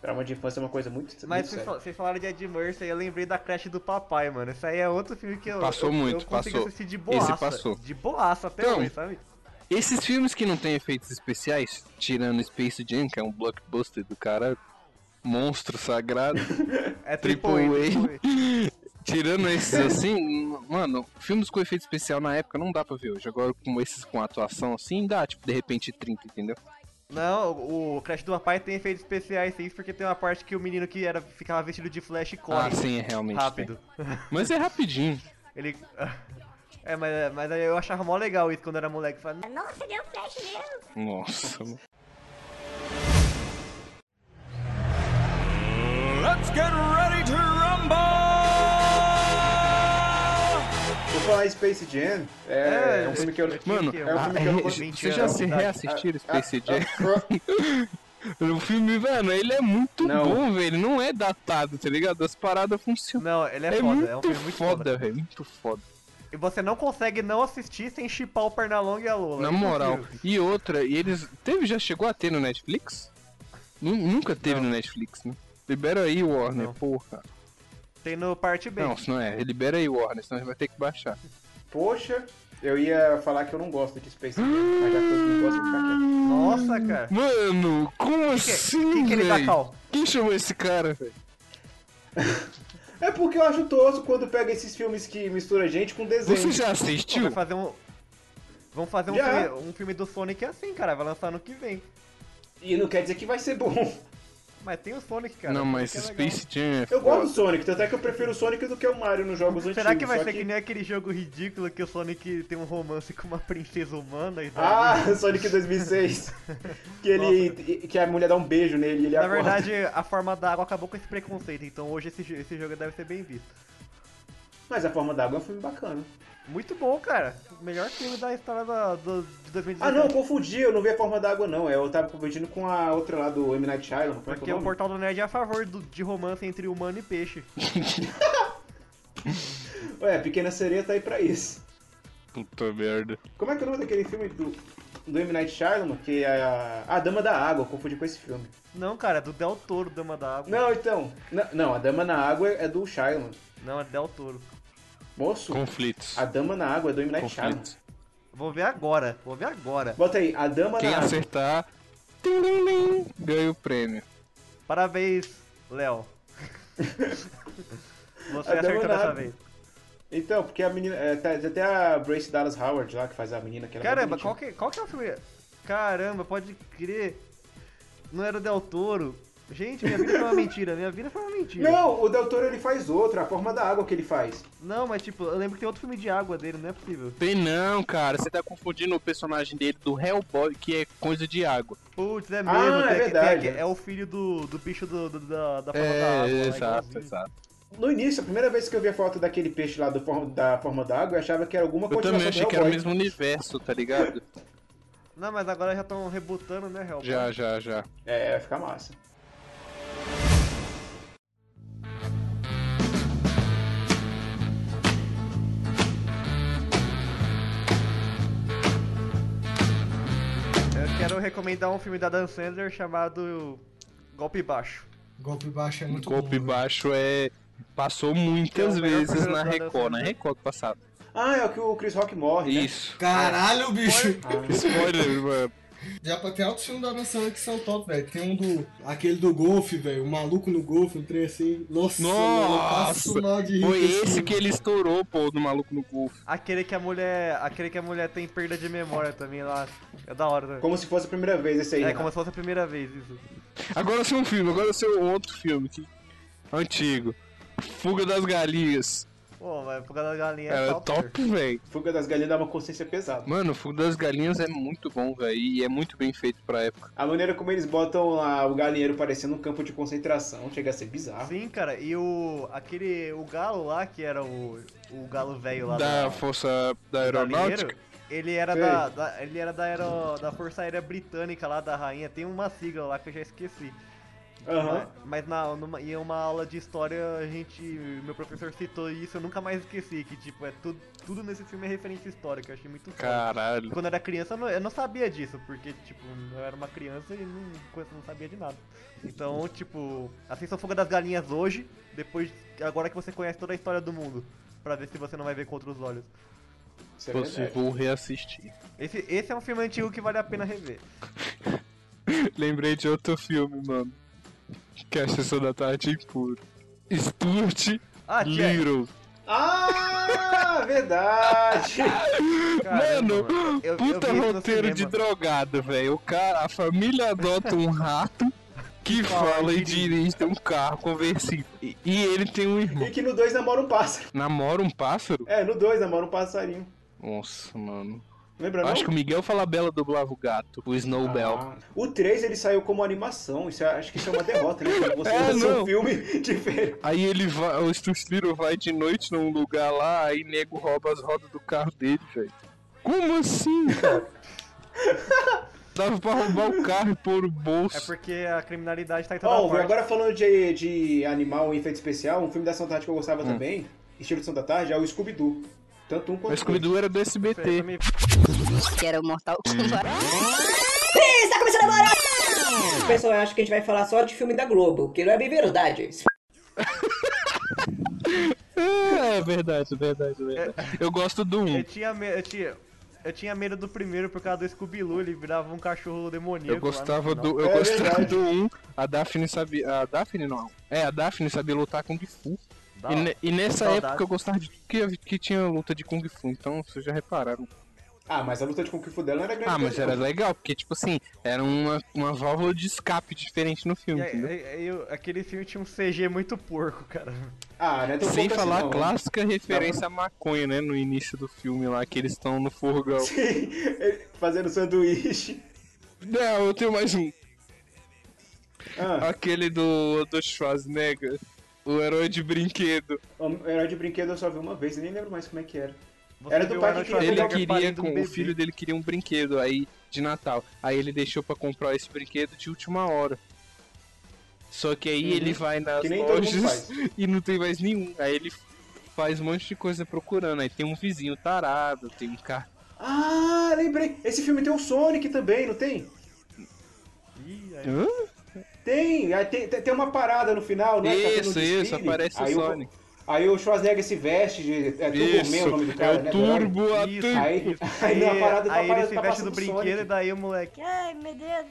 Speaker 1: Trauma de infância é uma coisa muito. muito
Speaker 2: Mas vocês
Speaker 1: séria.
Speaker 2: fal- vocês falaram de Ed Murphy, aí eu lembrei da creche do papai, mano. Esse aí é outro filme que eu.
Speaker 3: Passou
Speaker 2: eu-
Speaker 3: muito,
Speaker 2: eu consegui
Speaker 3: passou.
Speaker 2: assistir de
Speaker 3: Esse
Speaker 2: boaça.
Speaker 3: passou.
Speaker 2: De boaça até
Speaker 3: Então,
Speaker 2: hoje, sabe?
Speaker 3: Esses filmes que não tem efeitos especiais, tirando Space Jam, que é um blockbuster do cara, monstro
Speaker 1: <laughs>
Speaker 3: sagrado,
Speaker 2: É
Speaker 3: Triple
Speaker 2: triple A. triple A.
Speaker 3: A. Tirando esses assim, mano, filmes com efeito especial na época não dá pra ver hoje. Agora com esses com atuação assim, dá, tipo, de repente 30, entendeu?
Speaker 2: Não, o- o Crash do Papai tem efeitos especiais sim, porque tem uma parte que o menino que era, ficava vestido de flash corre
Speaker 3: Ah, sim, é realmente.
Speaker 2: rápido. <laughs>
Speaker 3: tem. Mas é rapidinho.
Speaker 2: Ele. <laughs> É, mas, mas aí eu achava mó legal isso quando era moleque. Falei,
Speaker 9: Nossa, deu flash mesmo.
Speaker 3: Nossa, mano.
Speaker 1: Vou falar em Space Jam. É, é um filme que eu.
Speaker 3: Mano,
Speaker 2: que
Speaker 1: é um
Speaker 3: a-
Speaker 1: filme que eu não
Speaker 3: re-
Speaker 1: gosto.
Speaker 3: vocês
Speaker 2: é
Speaker 3: já se reassistiram Space Jam?
Speaker 1: Ah,
Speaker 3: O filme, mano, ele é muito
Speaker 1: Não.
Speaker 3: bom, velho. Ele não é datado, tá ligado? As paradas funcionam.
Speaker 2: Não, ele é,
Speaker 3: É,
Speaker 2: foda,
Speaker 3: muito
Speaker 2: é um filme muito foda.
Speaker 3: foda, velho. Muito foda.
Speaker 2: E você não consegue não assistir sem chipar o Pernalonga e a Lola.
Speaker 3: Na
Speaker 2: é impossível.
Speaker 3: moral. E outra, e eles. Teve, já chegou a ter no Netflix? Nu- nunca teve no Netflix, né? Libera aí, Warner,
Speaker 2: Não.
Speaker 3: porra.
Speaker 2: Tem no parte B.
Speaker 3: Não, se não é. Libera aí, Warner, senão a gente vai ter que baixar.
Speaker 1: Poxa, eu ia falar que eu não gosto de Space Jam, mas já que eu não gosto de ficar quieto.
Speaker 2: Nossa, cara.
Speaker 3: Mano, como
Speaker 2: que- é?
Speaker 3: assim,
Speaker 2: que que ele tá dá
Speaker 3: velho?
Speaker 2: cal?
Speaker 3: Quem chamou esse cara, velho?
Speaker 1: É porque eu acho tosco quando pega esses filmes que mistura gente com desenho.
Speaker 3: Você já
Speaker 2: Pô,
Speaker 3: assistiu?
Speaker 2: vai fazer um. Vamos fazer um
Speaker 1: Já.
Speaker 2: filme, um filme do Sonic assim, cara. Vai lançar ano que vem.
Speaker 1: E não quer dizer que vai ser bom.
Speaker 2: Mas tem o Sonic, cara.
Speaker 3: Não,
Speaker 2: o
Speaker 3: mas
Speaker 2: Sonic é legal.
Speaker 3: Space Jam é
Speaker 1: Eu gosto do
Speaker 3: foda.
Speaker 1: Sonic, tanto é que eu prefiro o Sonic do que o Mario nos jogos antigos.
Speaker 2: Será que vai
Speaker 1: só
Speaker 2: ser que... nem aquele jogo ridículo que o Sonic tem um romance com uma princesa humana e daí-
Speaker 1: Ah, <laughs> Sonic 2006. que ele que a mulher dá um beijo nele e ele
Speaker 2: Na
Speaker 1: acorda.
Speaker 2: verdade, a forma da água acabou com esse preconceito, então hoje esse, jo- esse jogo deve ser bem visto.
Speaker 1: Mas A Forma d'Água é um filme bacana.
Speaker 2: Muito bom, cara. O melhor filme da história da, do, de 2017.
Speaker 1: Ah, não, eu confundi, eu não vi A Forma d'Água não. É, Eu tava confundindo com a outra lá do M. Night Shyamalan. Como é que
Speaker 2: Porque
Speaker 1: é
Speaker 2: o
Speaker 1: o nome?
Speaker 2: Portal do Nerd é a favor do- de romance entre humano e peixe.
Speaker 1: Ué, Pequena Sereia tá aí pra isso.
Speaker 3: Puta merda.
Speaker 1: Como é que é o nome daquele filme do, do M. Night Shyamalan? Que é a, a Dama da Água, eu confundi com esse filme.
Speaker 2: Não, cara, é do Del Toro, Dama da Água.
Speaker 1: Não, então. na- não, A Dama na Água é do Shyamalan.
Speaker 2: Não, é Del Toro.
Speaker 1: Moço,
Speaker 3: Conflitos.
Speaker 1: A Dama na Água é do M. Night Shyamalan.
Speaker 3: Conflitos.
Speaker 2: Vou ver agora, vou ver agora.
Speaker 1: Bota aí, A Dama
Speaker 3: Quem
Speaker 1: na Água.
Speaker 3: acertar. tim, tim, tim, Ganha o prêmio.
Speaker 2: Parabéns,
Speaker 1: <laughs>
Speaker 2: Léo. Você
Speaker 1: Adama
Speaker 2: acertou
Speaker 1: Ah, nada.
Speaker 2: dessa vez.
Speaker 1: Então, porque a menina. É, tá, tem até a Brace Dallas Howard lá que faz a menina que ela é
Speaker 2: Caramba,
Speaker 1: muito
Speaker 2: qual
Speaker 1: bonitinha.
Speaker 2: que, qual que é o filme? Caramba, pode crer. Não era o Del Toro. Gente, minha vida foi uma mentira, minha vida foi uma mentira.
Speaker 1: Não, o Del Toro ele faz outra, a forma da água que ele faz.
Speaker 2: Não, mas tipo, eu lembro que tem outro filme de água dele, não é possível.
Speaker 3: Tem não, cara. Você tá confundindo o personagem dele do Hellboy, que é coisa de água.
Speaker 2: Putz, é mesmo.
Speaker 1: Ah,
Speaker 2: tem
Speaker 1: é
Speaker 2: aqui- tem
Speaker 1: verdade.
Speaker 2: aqui- é o filho do, do bicho do, do- da, da forma da água.
Speaker 3: É,
Speaker 2: né,
Speaker 3: exato,
Speaker 2: igualzinho.
Speaker 3: exato.
Speaker 1: No início, a primeira vez que eu vi a foto daquele peixe lá do forma, da forma da água, eu achava que era alguma
Speaker 3: Eu
Speaker 1: continuação
Speaker 3: também achei
Speaker 1: do
Speaker 3: que era o
Speaker 1: Hellboy.
Speaker 3: mesmo universo, tá ligado?
Speaker 2: Não, mas agora já estão rebutando, né, Hellboy?
Speaker 3: Já, já, já.
Speaker 1: É, vai ficar massa.
Speaker 2: Eu quero recomendar um filme da Dan Sandler chamado Golpe Baixo.
Speaker 4: Golpe baixo é muito
Speaker 3: Golpe
Speaker 4: bom.
Speaker 3: baixo é. Passou muitas
Speaker 2: É o melhor
Speaker 3: vezes na
Speaker 2: programa da
Speaker 3: Record, né? na
Speaker 2: Santa.
Speaker 3: Record passado.
Speaker 1: Ah, é o que o Chris Rock morre. né?
Speaker 3: Isso.
Speaker 4: Caralho, bicho!
Speaker 3: <laughs> Spoiler, mano.
Speaker 4: Já pra- tem altos filmes da Nação que são top, velho. Tem um do. Aquele do golfe, velho. O maluco no golfe, um trem assim. Nossa, mano, eu passo
Speaker 3: Nossa!
Speaker 4: mal de rir.
Speaker 3: Foi
Speaker 4: com
Speaker 3: esse
Speaker 4: filme.
Speaker 3: que ele estourou, pô, do maluco no golfe.
Speaker 2: Aquele que a mulher. Aquele que a mulher tem perda de memória também lá. É da hora também.
Speaker 1: Como se fosse a primeira vez esse aí.
Speaker 2: É
Speaker 1: né?
Speaker 2: como se fosse a primeira vez isso.
Speaker 3: Agora seu um filme, agora seu outro filme. Que... Antigo. Fuga das Galinhas.
Speaker 2: Pô, mas por causa da galinha é
Speaker 3: Era
Speaker 2: top.
Speaker 3: top, velho.
Speaker 1: Fuga das Galinhas dá uma consciência pesada.
Speaker 3: Mano, o Fogo das Galinhas é muito bom, velho, e é muito bem feito pra época.
Speaker 1: A maneira como eles botam a- o galinheiro parecendo um campo de concentração chega a ser bizarro.
Speaker 2: Sim, cara, e o. aquele. o galo lá, que era o. o galo velho lá
Speaker 3: Da
Speaker 2: do-
Speaker 3: Força da
Speaker 2: do galinheiro,
Speaker 3: Aeronáutica.
Speaker 2: Ele era
Speaker 1: Sei.
Speaker 2: da, da- Ele era da, aero- da Força Aérea Britânica lá da rainha. Tem uma sigla lá que eu já esqueci.
Speaker 1: Aham.
Speaker 2: Mas na, numa, em uma aula de história, a gente. Meu professor citou isso, eu nunca mais esqueci. Que tipo, é tudo, tudo nesse filme é referência histórica, eu achei muito foda.
Speaker 3: Caralho.
Speaker 2: Quando eu era criança, eu não, eu não sabia disso, porque, tipo, eu era uma criança e não, coisa- não sabia de nada. Então, tipo, assista o Fuga das Galinhas hoje, depois, agora que você conhece toda a história do mundo, pra ver se você não vai ver com outros olhos.
Speaker 1: Isso é
Speaker 3: Você
Speaker 1: verdade.
Speaker 3: vou reassistir. <laughs>
Speaker 2: Esse, esse é um filme antigo que vale a pena rever.
Speaker 3: Lembrei de outro filme, mano. Que é a sessão da tarde impuro. Stuart
Speaker 2: Ah, tia,
Speaker 3: Little.
Speaker 1: Ah, <laughs> verdade!
Speaker 2: caramba,
Speaker 3: mano,
Speaker 2: eu- eu
Speaker 3: puta
Speaker 2: vi isso no
Speaker 3: roteiro de
Speaker 2: cinema.
Speaker 3: drogada, velho. O cara, a família adota um rato que fala e dirige um carro conversível. E, e ele tem um irmão.
Speaker 1: E que no 2 namora um pássaro.
Speaker 3: Namora um pássaro?
Speaker 1: É, no 2 namora um passarinho.
Speaker 3: Nossa, mano.
Speaker 1: Lembra não?
Speaker 3: Acho que o Miguel Falabella dublava o gato, o Snowbell.
Speaker 1: Ah, o 3 ele saiu como animação. Isso é- acho que isso é uma derrota,
Speaker 3: <laughs>
Speaker 1: né? Quando Você
Speaker 3: É,
Speaker 1: lança
Speaker 3: não.
Speaker 1: um filme <laughs> diferente.
Speaker 3: Aí ele vai, o Stuart Little vai de noite num lugar lá, aí nego rouba as rodas do carro dele, velho. Como assim, <laughs> cara? Dava pra roubar o carro e pôr o bolso.
Speaker 2: É porque a criminalidade tá em toda
Speaker 1: Ó,
Speaker 2: parte.
Speaker 1: agora falando de, de animal em efeito especial, um filme da Santa Tarde que eu gostava
Speaker 3: Hum.
Speaker 1: também, estilo de Santa Tarde, é o Scooby-Doo. Tanto um quanto o
Speaker 3: Mas
Speaker 1: outro.
Speaker 3: É Scooby-Doo era do SBT.
Speaker 2: Pra mim,
Speaker 11: Que era o Mortal Kombat.
Speaker 12: Está tá começando agora! Pessoal, eu acho que a gente vai falar só de filme da Globo, que não é bem verdade.
Speaker 3: É, é verdade, é verdade, é verdade. Eu gosto do
Speaker 2: Eu
Speaker 3: 1.
Speaker 2: tinha, me- eu tinha, eu tinha medo do primeiro por causa do Scooby-Loo, ele virava um cachorro demoníaco. lá
Speaker 3: Eu
Speaker 2: no
Speaker 3: gostava
Speaker 2: final.
Speaker 3: do. Eu
Speaker 1: É
Speaker 3: gostava
Speaker 1: verdade.
Speaker 3: do 1. A Daphne sabia. A Daphne não. É, a Daphne sabia lutar Kung Fu.
Speaker 2: Da
Speaker 3: E,
Speaker 2: hora.
Speaker 3: ne- e nessa
Speaker 2: Saudade.
Speaker 3: época eu gostava de tudo que, que tinha luta de Kung Fu, então vocês já repararam.
Speaker 1: Ah, mas a luta de Kung Fu dela não era grande.
Speaker 3: Ah, mas
Speaker 1: coisa,
Speaker 3: era
Speaker 1: não.
Speaker 3: legal, porque, tipo assim, era uma, uma válvula de escape diferente no
Speaker 2: E
Speaker 3: filme,
Speaker 2: aí-
Speaker 3: entendeu?
Speaker 2: aí- aí eu- aquele filme tinha um CG muito porco, cara.
Speaker 1: Ah, né?
Speaker 3: Sem falar
Speaker 1: <laughs>
Speaker 3: a clássica referência à maconha, né? No início do filme lá, que eles estão no furgão.
Speaker 2: <laughs>
Speaker 1: Fazendo sanduíche.
Speaker 3: Não, eu tenho mais um.
Speaker 1: Ah,
Speaker 3: Aquele do, do Schwarzenegger, o herói de brinquedo.
Speaker 1: o um herói de brinquedo eu só vi uma vez, eu nem lembro mais como é que era.
Speaker 2: Você
Speaker 1: Era do
Speaker 2: viu
Speaker 1: pai
Speaker 2: Arnold
Speaker 1: que queria
Speaker 3: Ele
Speaker 1: pegar
Speaker 2: Schwarzenegger
Speaker 3: queria,
Speaker 2: parindo um
Speaker 3: com, o
Speaker 2: bebê.
Speaker 3: filho dele queria um brinquedo aí de Natal. Aí ele deixou pra comprar esse brinquedo de última hora. Só que aí ele vai nas
Speaker 1: Uhum. Que nem todo mundo
Speaker 3: lojas
Speaker 1: faz.
Speaker 3: <laughs> e não tem mais nenhum. Aí ele faz um monte de coisa procurando. Aí tem um vizinho tarado, tem um carro.
Speaker 1: Ah, lembrei. Esse filme tem o Sonic também, não tem?
Speaker 2: Ih, aí-
Speaker 3: Hã?
Speaker 1: Tem, aí tem, tem tem uma parada no final, né? Tá tendo um
Speaker 3: Isso, isso,
Speaker 1: desfile.
Speaker 3: aparece o
Speaker 1: aí
Speaker 3: Sonic.
Speaker 1: aí o Schwarzenegger se veste de. É Turbo
Speaker 3: Isso,
Speaker 1: Man o nome do
Speaker 3: é
Speaker 1: cara, né?
Speaker 3: o
Speaker 1: do herói?
Speaker 3: Turbo
Speaker 2: Isso,
Speaker 3: Atan.
Speaker 1: Aí-
Speaker 2: isso.
Speaker 1: <laughs> aí na parada tá
Speaker 2: aí ele
Speaker 1: parado-
Speaker 2: se
Speaker 1: tá
Speaker 2: veste do
Speaker 1: passando
Speaker 2: brinquedo
Speaker 1: Sonic.
Speaker 2: e daí o moleque.
Speaker 9: Ai, meu Deus,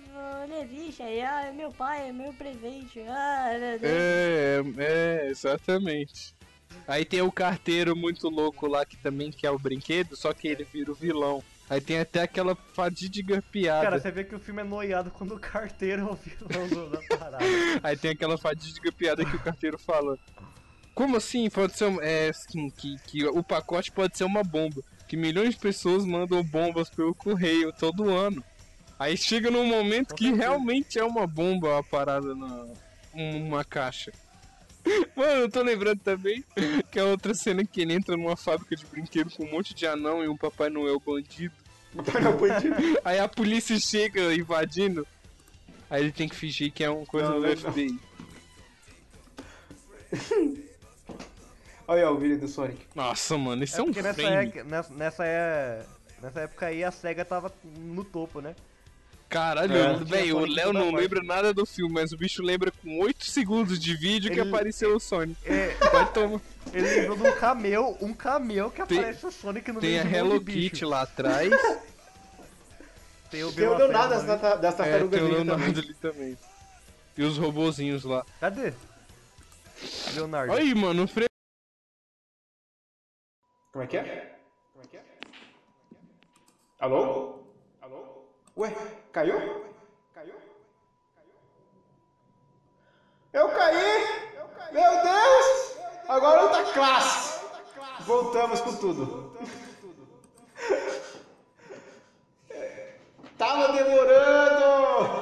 Speaker 9: Leviche, aí, ai, é meu pai, meu presente, ai,
Speaker 5: né?
Speaker 9: meu Deus.
Speaker 3: É, é, exatamente. Aí tem o carteiro muito louco lá que também quer o brinquedo, só que ele vira o vilão. Aí tem até aquela fadiga piada.
Speaker 2: Cara, você vê que o filme é noiado quando o carteiro é o vilão do- da
Speaker 1: <laughs>
Speaker 2: parada.
Speaker 3: Aí tem aquela fadiga piada que o carteiro fala. Como assim? Pode ser um- é, assim, que, que o pacote pode ser uma bomba. Que milhões de pessoas mandam bombas pelo correio todo ano. Aí chega num momento que realmente é uma bomba a parada na um, uma caixa. Mano, eu tô lembrando também que a outra cena que ele entra numa fábrica de brinquedo com um monte de anão e um Papai Noel bandido.
Speaker 1: Papai Noel bandido.
Speaker 3: Aí a polícia chega invadindo. Aí ele tem que fingir que é uma coisa
Speaker 1: Não,
Speaker 3: do
Speaker 1: não, não.
Speaker 3: FBI.
Speaker 1: Olha aí, ó, o vídeo do Sonic.
Speaker 3: Nossa, mano, isso é, um
Speaker 2: porque nessa,
Speaker 3: frame.
Speaker 2: época- nessa, nessa, é- nessa época aí a SEGA tava no topo, né?
Speaker 3: Caralho,
Speaker 1: É.
Speaker 3: eu- velho, o Léo não lembra nada do filme, mas o bicho lembra com 8 segundos de vídeo que
Speaker 2: Ele-
Speaker 3: apareceu o
Speaker 2: <laughs>
Speaker 3: Sonic.
Speaker 2: É,
Speaker 3: Vai tomar.
Speaker 2: ele lembrou de um camel, um camel que
Speaker 3: Tem-
Speaker 2: aparece o Sonic no
Speaker 3: Tem
Speaker 2: meio
Speaker 3: a
Speaker 2: de um monte de
Speaker 3: Hello
Speaker 2: bicho.
Speaker 3: Kitty lá atrás. é,
Speaker 2: Tem o
Speaker 1: Tem o
Speaker 2: Leonardo
Speaker 1: Leonardo das,
Speaker 2: ali.
Speaker 1: tata- das
Speaker 3: é,
Speaker 1: tartarugas
Speaker 3: tem o
Speaker 1: ninja
Speaker 3: Leonardo
Speaker 1: também.
Speaker 3: ali também. E os robozinhos lá.
Speaker 2: Cadê? Leonardo.
Speaker 3: Aí, mano, o freio.
Speaker 1: Como é que é? Como é que é? Alô? Alô? Ué, caiu? Caiu? Eu caí! Meu Deus! Agora outra classe! Voltamos com tudo. Tava demorando!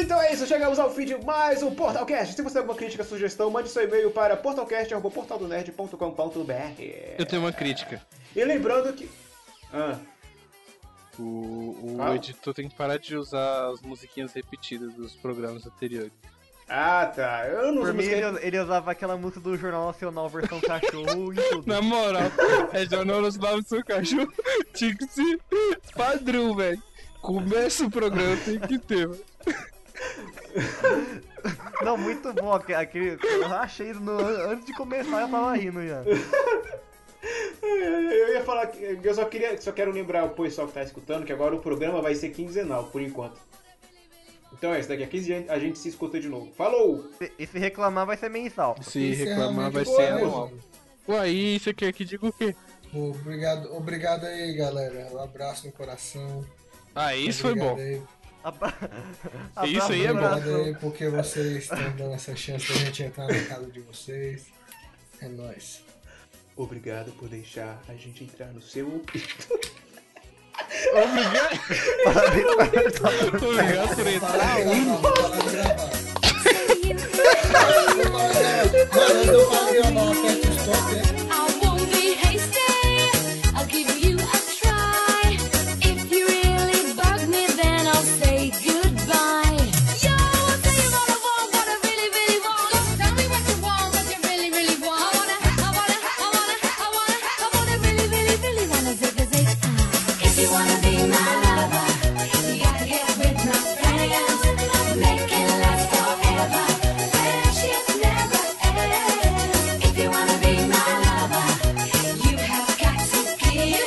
Speaker 1: Então é chegamos ao fim de mais um Portalcast. Se você tem alguma crítica, sugestão, mande seu e-mail para portalcast.portaldonerd.com.br.
Speaker 3: Eu tenho uma crítica.
Speaker 1: E lembrando que. Ah,
Speaker 3: O, o
Speaker 1: Fala.
Speaker 3: editor tem que parar de usar as musiquinhas repetidas dos programas anteriores.
Speaker 1: Ah, tá. Eu
Speaker 2: Por mim, ele, ele usava aquela música do Jornal Nacional versão cachorro e
Speaker 1: <laughs>
Speaker 2: tudo.
Speaker 3: Na moral, <laughs> é Jornal Nacional do seu cachorro. <laughs> Tinha que ser padrão, velho. Começa o programa, tem que ter. velho.
Speaker 2: Não, muito bom. aque- Aquele, eu rachei no- antes de começar, eu tava rindo já.
Speaker 1: É, Eu ia falar que eu só queria, só quero lembrar o pessoal que tá escutando que agora o programa vai ser quinzenal, por enquanto. Então é isso, daqui a 15 dias a gente se escuta de novo. Falou!
Speaker 2: Se- E se reclamar, vai ser mensal.
Speaker 4: é
Speaker 3: Se reclamar, vai ser anual. Ué, e você quer que diga o quê?
Speaker 4: Obrigado, obrigado aí, galera. Um abraço no coração.
Speaker 3: Ah, isso foi bom.
Speaker 2: <laughs>
Speaker 3: Um
Speaker 2: Isso aí é bom.
Speaker 4: Obrigado aí porque vocês estão dando essa chance pra gente entrar na casa de vocês. É nóis.
Speaker 1: Obrigado por deixar a gente entrar no seu ouvido.
Speaker 3: Obrigado. Obrigado por entrar.
Speaker 5: I won't be hasty. I'll give you a try. If you really bug me, then I'll say goodbye. Yo, I'll tell you what I want, what I really, really want. Just tell me what you want, what you really, really want. I wanna, I wanna, I wanna, I wanna, I wanna really, really, really wanna zig a zig. If you wanna be my lover, you gotta get with my friends. Make it last forever. Friendship never ends. If you wanna be my lover. You have got to give.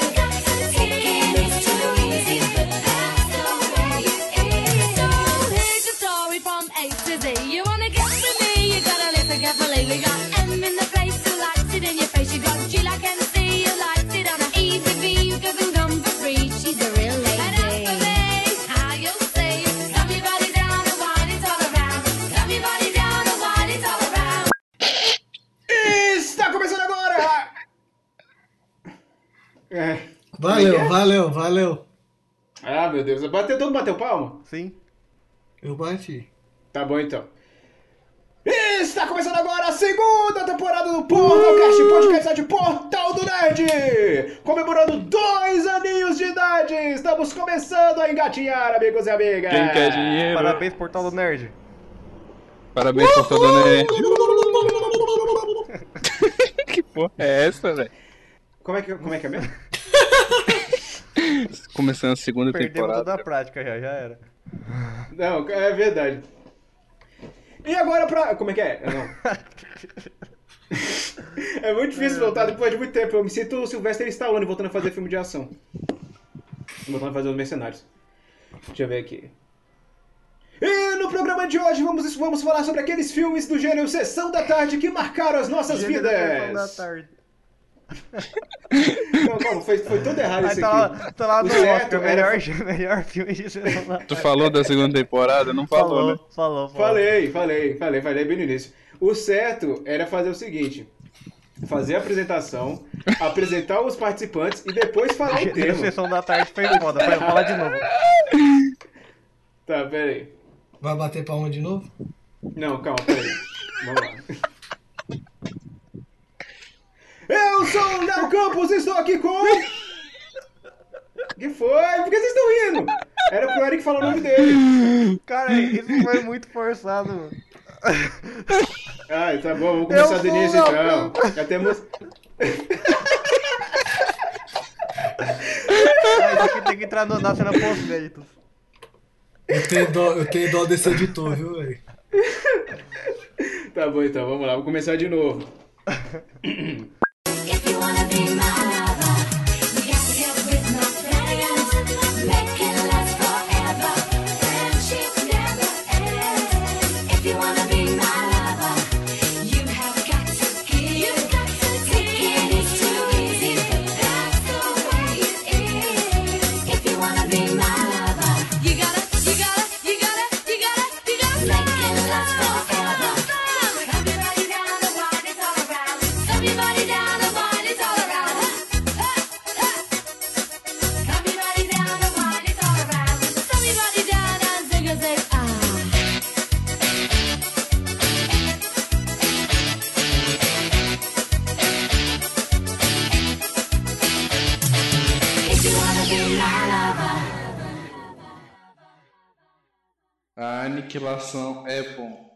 Speaker 5: Taking is too easy, but that's the way it is. So here's your story from A to Z. You wanna get to me, you gotta listen carefully. We got M in the place who likes it in your face. You got G like MC, you likes it on a E to V. You doesn't come for free. She's a real lady. And as for me, how you'll see. Love your body down and wine it all around. Love your body down and wine it all around.
Speaker 1: Está começando
Speaker 2: <laughs>
Speaker 1: agora! É.
Speaker 4: Valeu, valeu, valeu.
Speaker 1: Ah, meu Deus. Bateu, todo mundo bateu palma?
Speaker 2: Sim.
Speaker 4: Eu bati.
Speaker 1: Tá bom então. Está começando agora a segunda temporada do
Speaker 3: Uh!
Speaker 1: Portalcast, podcast de Portal do Nerd! Comemorando dois aninhos de idade! Estamos começando a engatinhar, amigos e amigas!
Speaker 3: Quem
Speaker 2: É.
Speaker 3: quer dinheiro?
Speaker 2: Parabéns, Portal do Nerd.
Speaker 3: Parabéns, Portal do Nerd. que porra é essa, velho?
Speaker 1: Como é que, como é, que é mesmo?
Speaker 3: Começando a segunda
Speaker 2: Perdemos
Speaker 3: temporada.
Speaker 2: toda a prática já, já era.
Speaker 1: Não, é verdade. E agora pra. Como é que é?
Speaker 2: <laughs>
Speaker 1: Não. É muito difícil voltar depois de muito tempo. Eu me sinto o Sylvester Stallone voltando a fazer filme de ação. Voltando a fazer os mercenários. Deixa eu ver aqui. E no programa de hoje vamos, vamos falar sobre aqueles filmes do gênero Sessão da Tarde que marcaram as nossas
Speaker 2: Gênero Sessão é da
Speaker 1: vidas.
Speaker 2: tarde.
Speaker 1: Não, calma, foi, foi todo errado
Speaker 2: Aí
Speaker 1: isso
Speaker 2: tá
Speaker 1: aqui.
Speaker 2: lá, tá lá
Speaker 1: O
Speaker 2: no
Speaker 1: certo
Speaker 2: Oscar,
Speaker 1: era-
Speaker 2: melhor, <laughs> melhor filme de sessão da
Speaker 3: Tu
Speaker 2: tarde.
Speaker 3: falou da segunda temporada? Não falou, né?
Speaker 2: falou, falou.
Speaker 1: Falei, falei, falei, falei bem no início. O certo era fazer o seguinte: fazer a apresentação, apresentar os participantes e depois falar o
Speaker 2: Gênero
Speaker 1: tema.
Speaker 2: Sessão da Tarde foi foda, foi falar de novo.
Speaker 1: Tá, peraí.
Speaker 4: Vai bater palma de novo?
Speaker 1: Não, calma, peraí. Vamos lá. Eu sou o Léo Campos e estou aqui com. O que foi? Por que vocês estão rindo? Era pro Eric falar o nome dele.
Speaker 2: Cara, isso foi muito forçado, mano.
Speaker 1: Ai, tá bom, vamos começar do
Speaker 2: sou o
Speaker 1: início
Speaker 2: Léo
Speaker 1: então. Já temos.
Speaker 2: Ah, Isso aqui tem que entrar no, na cena pós-créditos.
Speaker 4: Eu tenho dó, eu tenho dó desse editor, viu, velho?
Speaker 1: Tá bom então, vamos lá, vou começar de novo.
Speaker 5: If you wanna be my lover, you got to get with my friends. Make it last forever. Friendship never ends. If you wanna be my lover, you have got to give. You got to take it. It's too easy, but that's the way it is. If you wanna be my lover, you gotta, you gotta, you gotta, you gotta, you gotta make it last forever. Everybody down the line, it's all around. Everybody down the line, it's all around. Ah.
Speaker 3: A aniquilação é bom.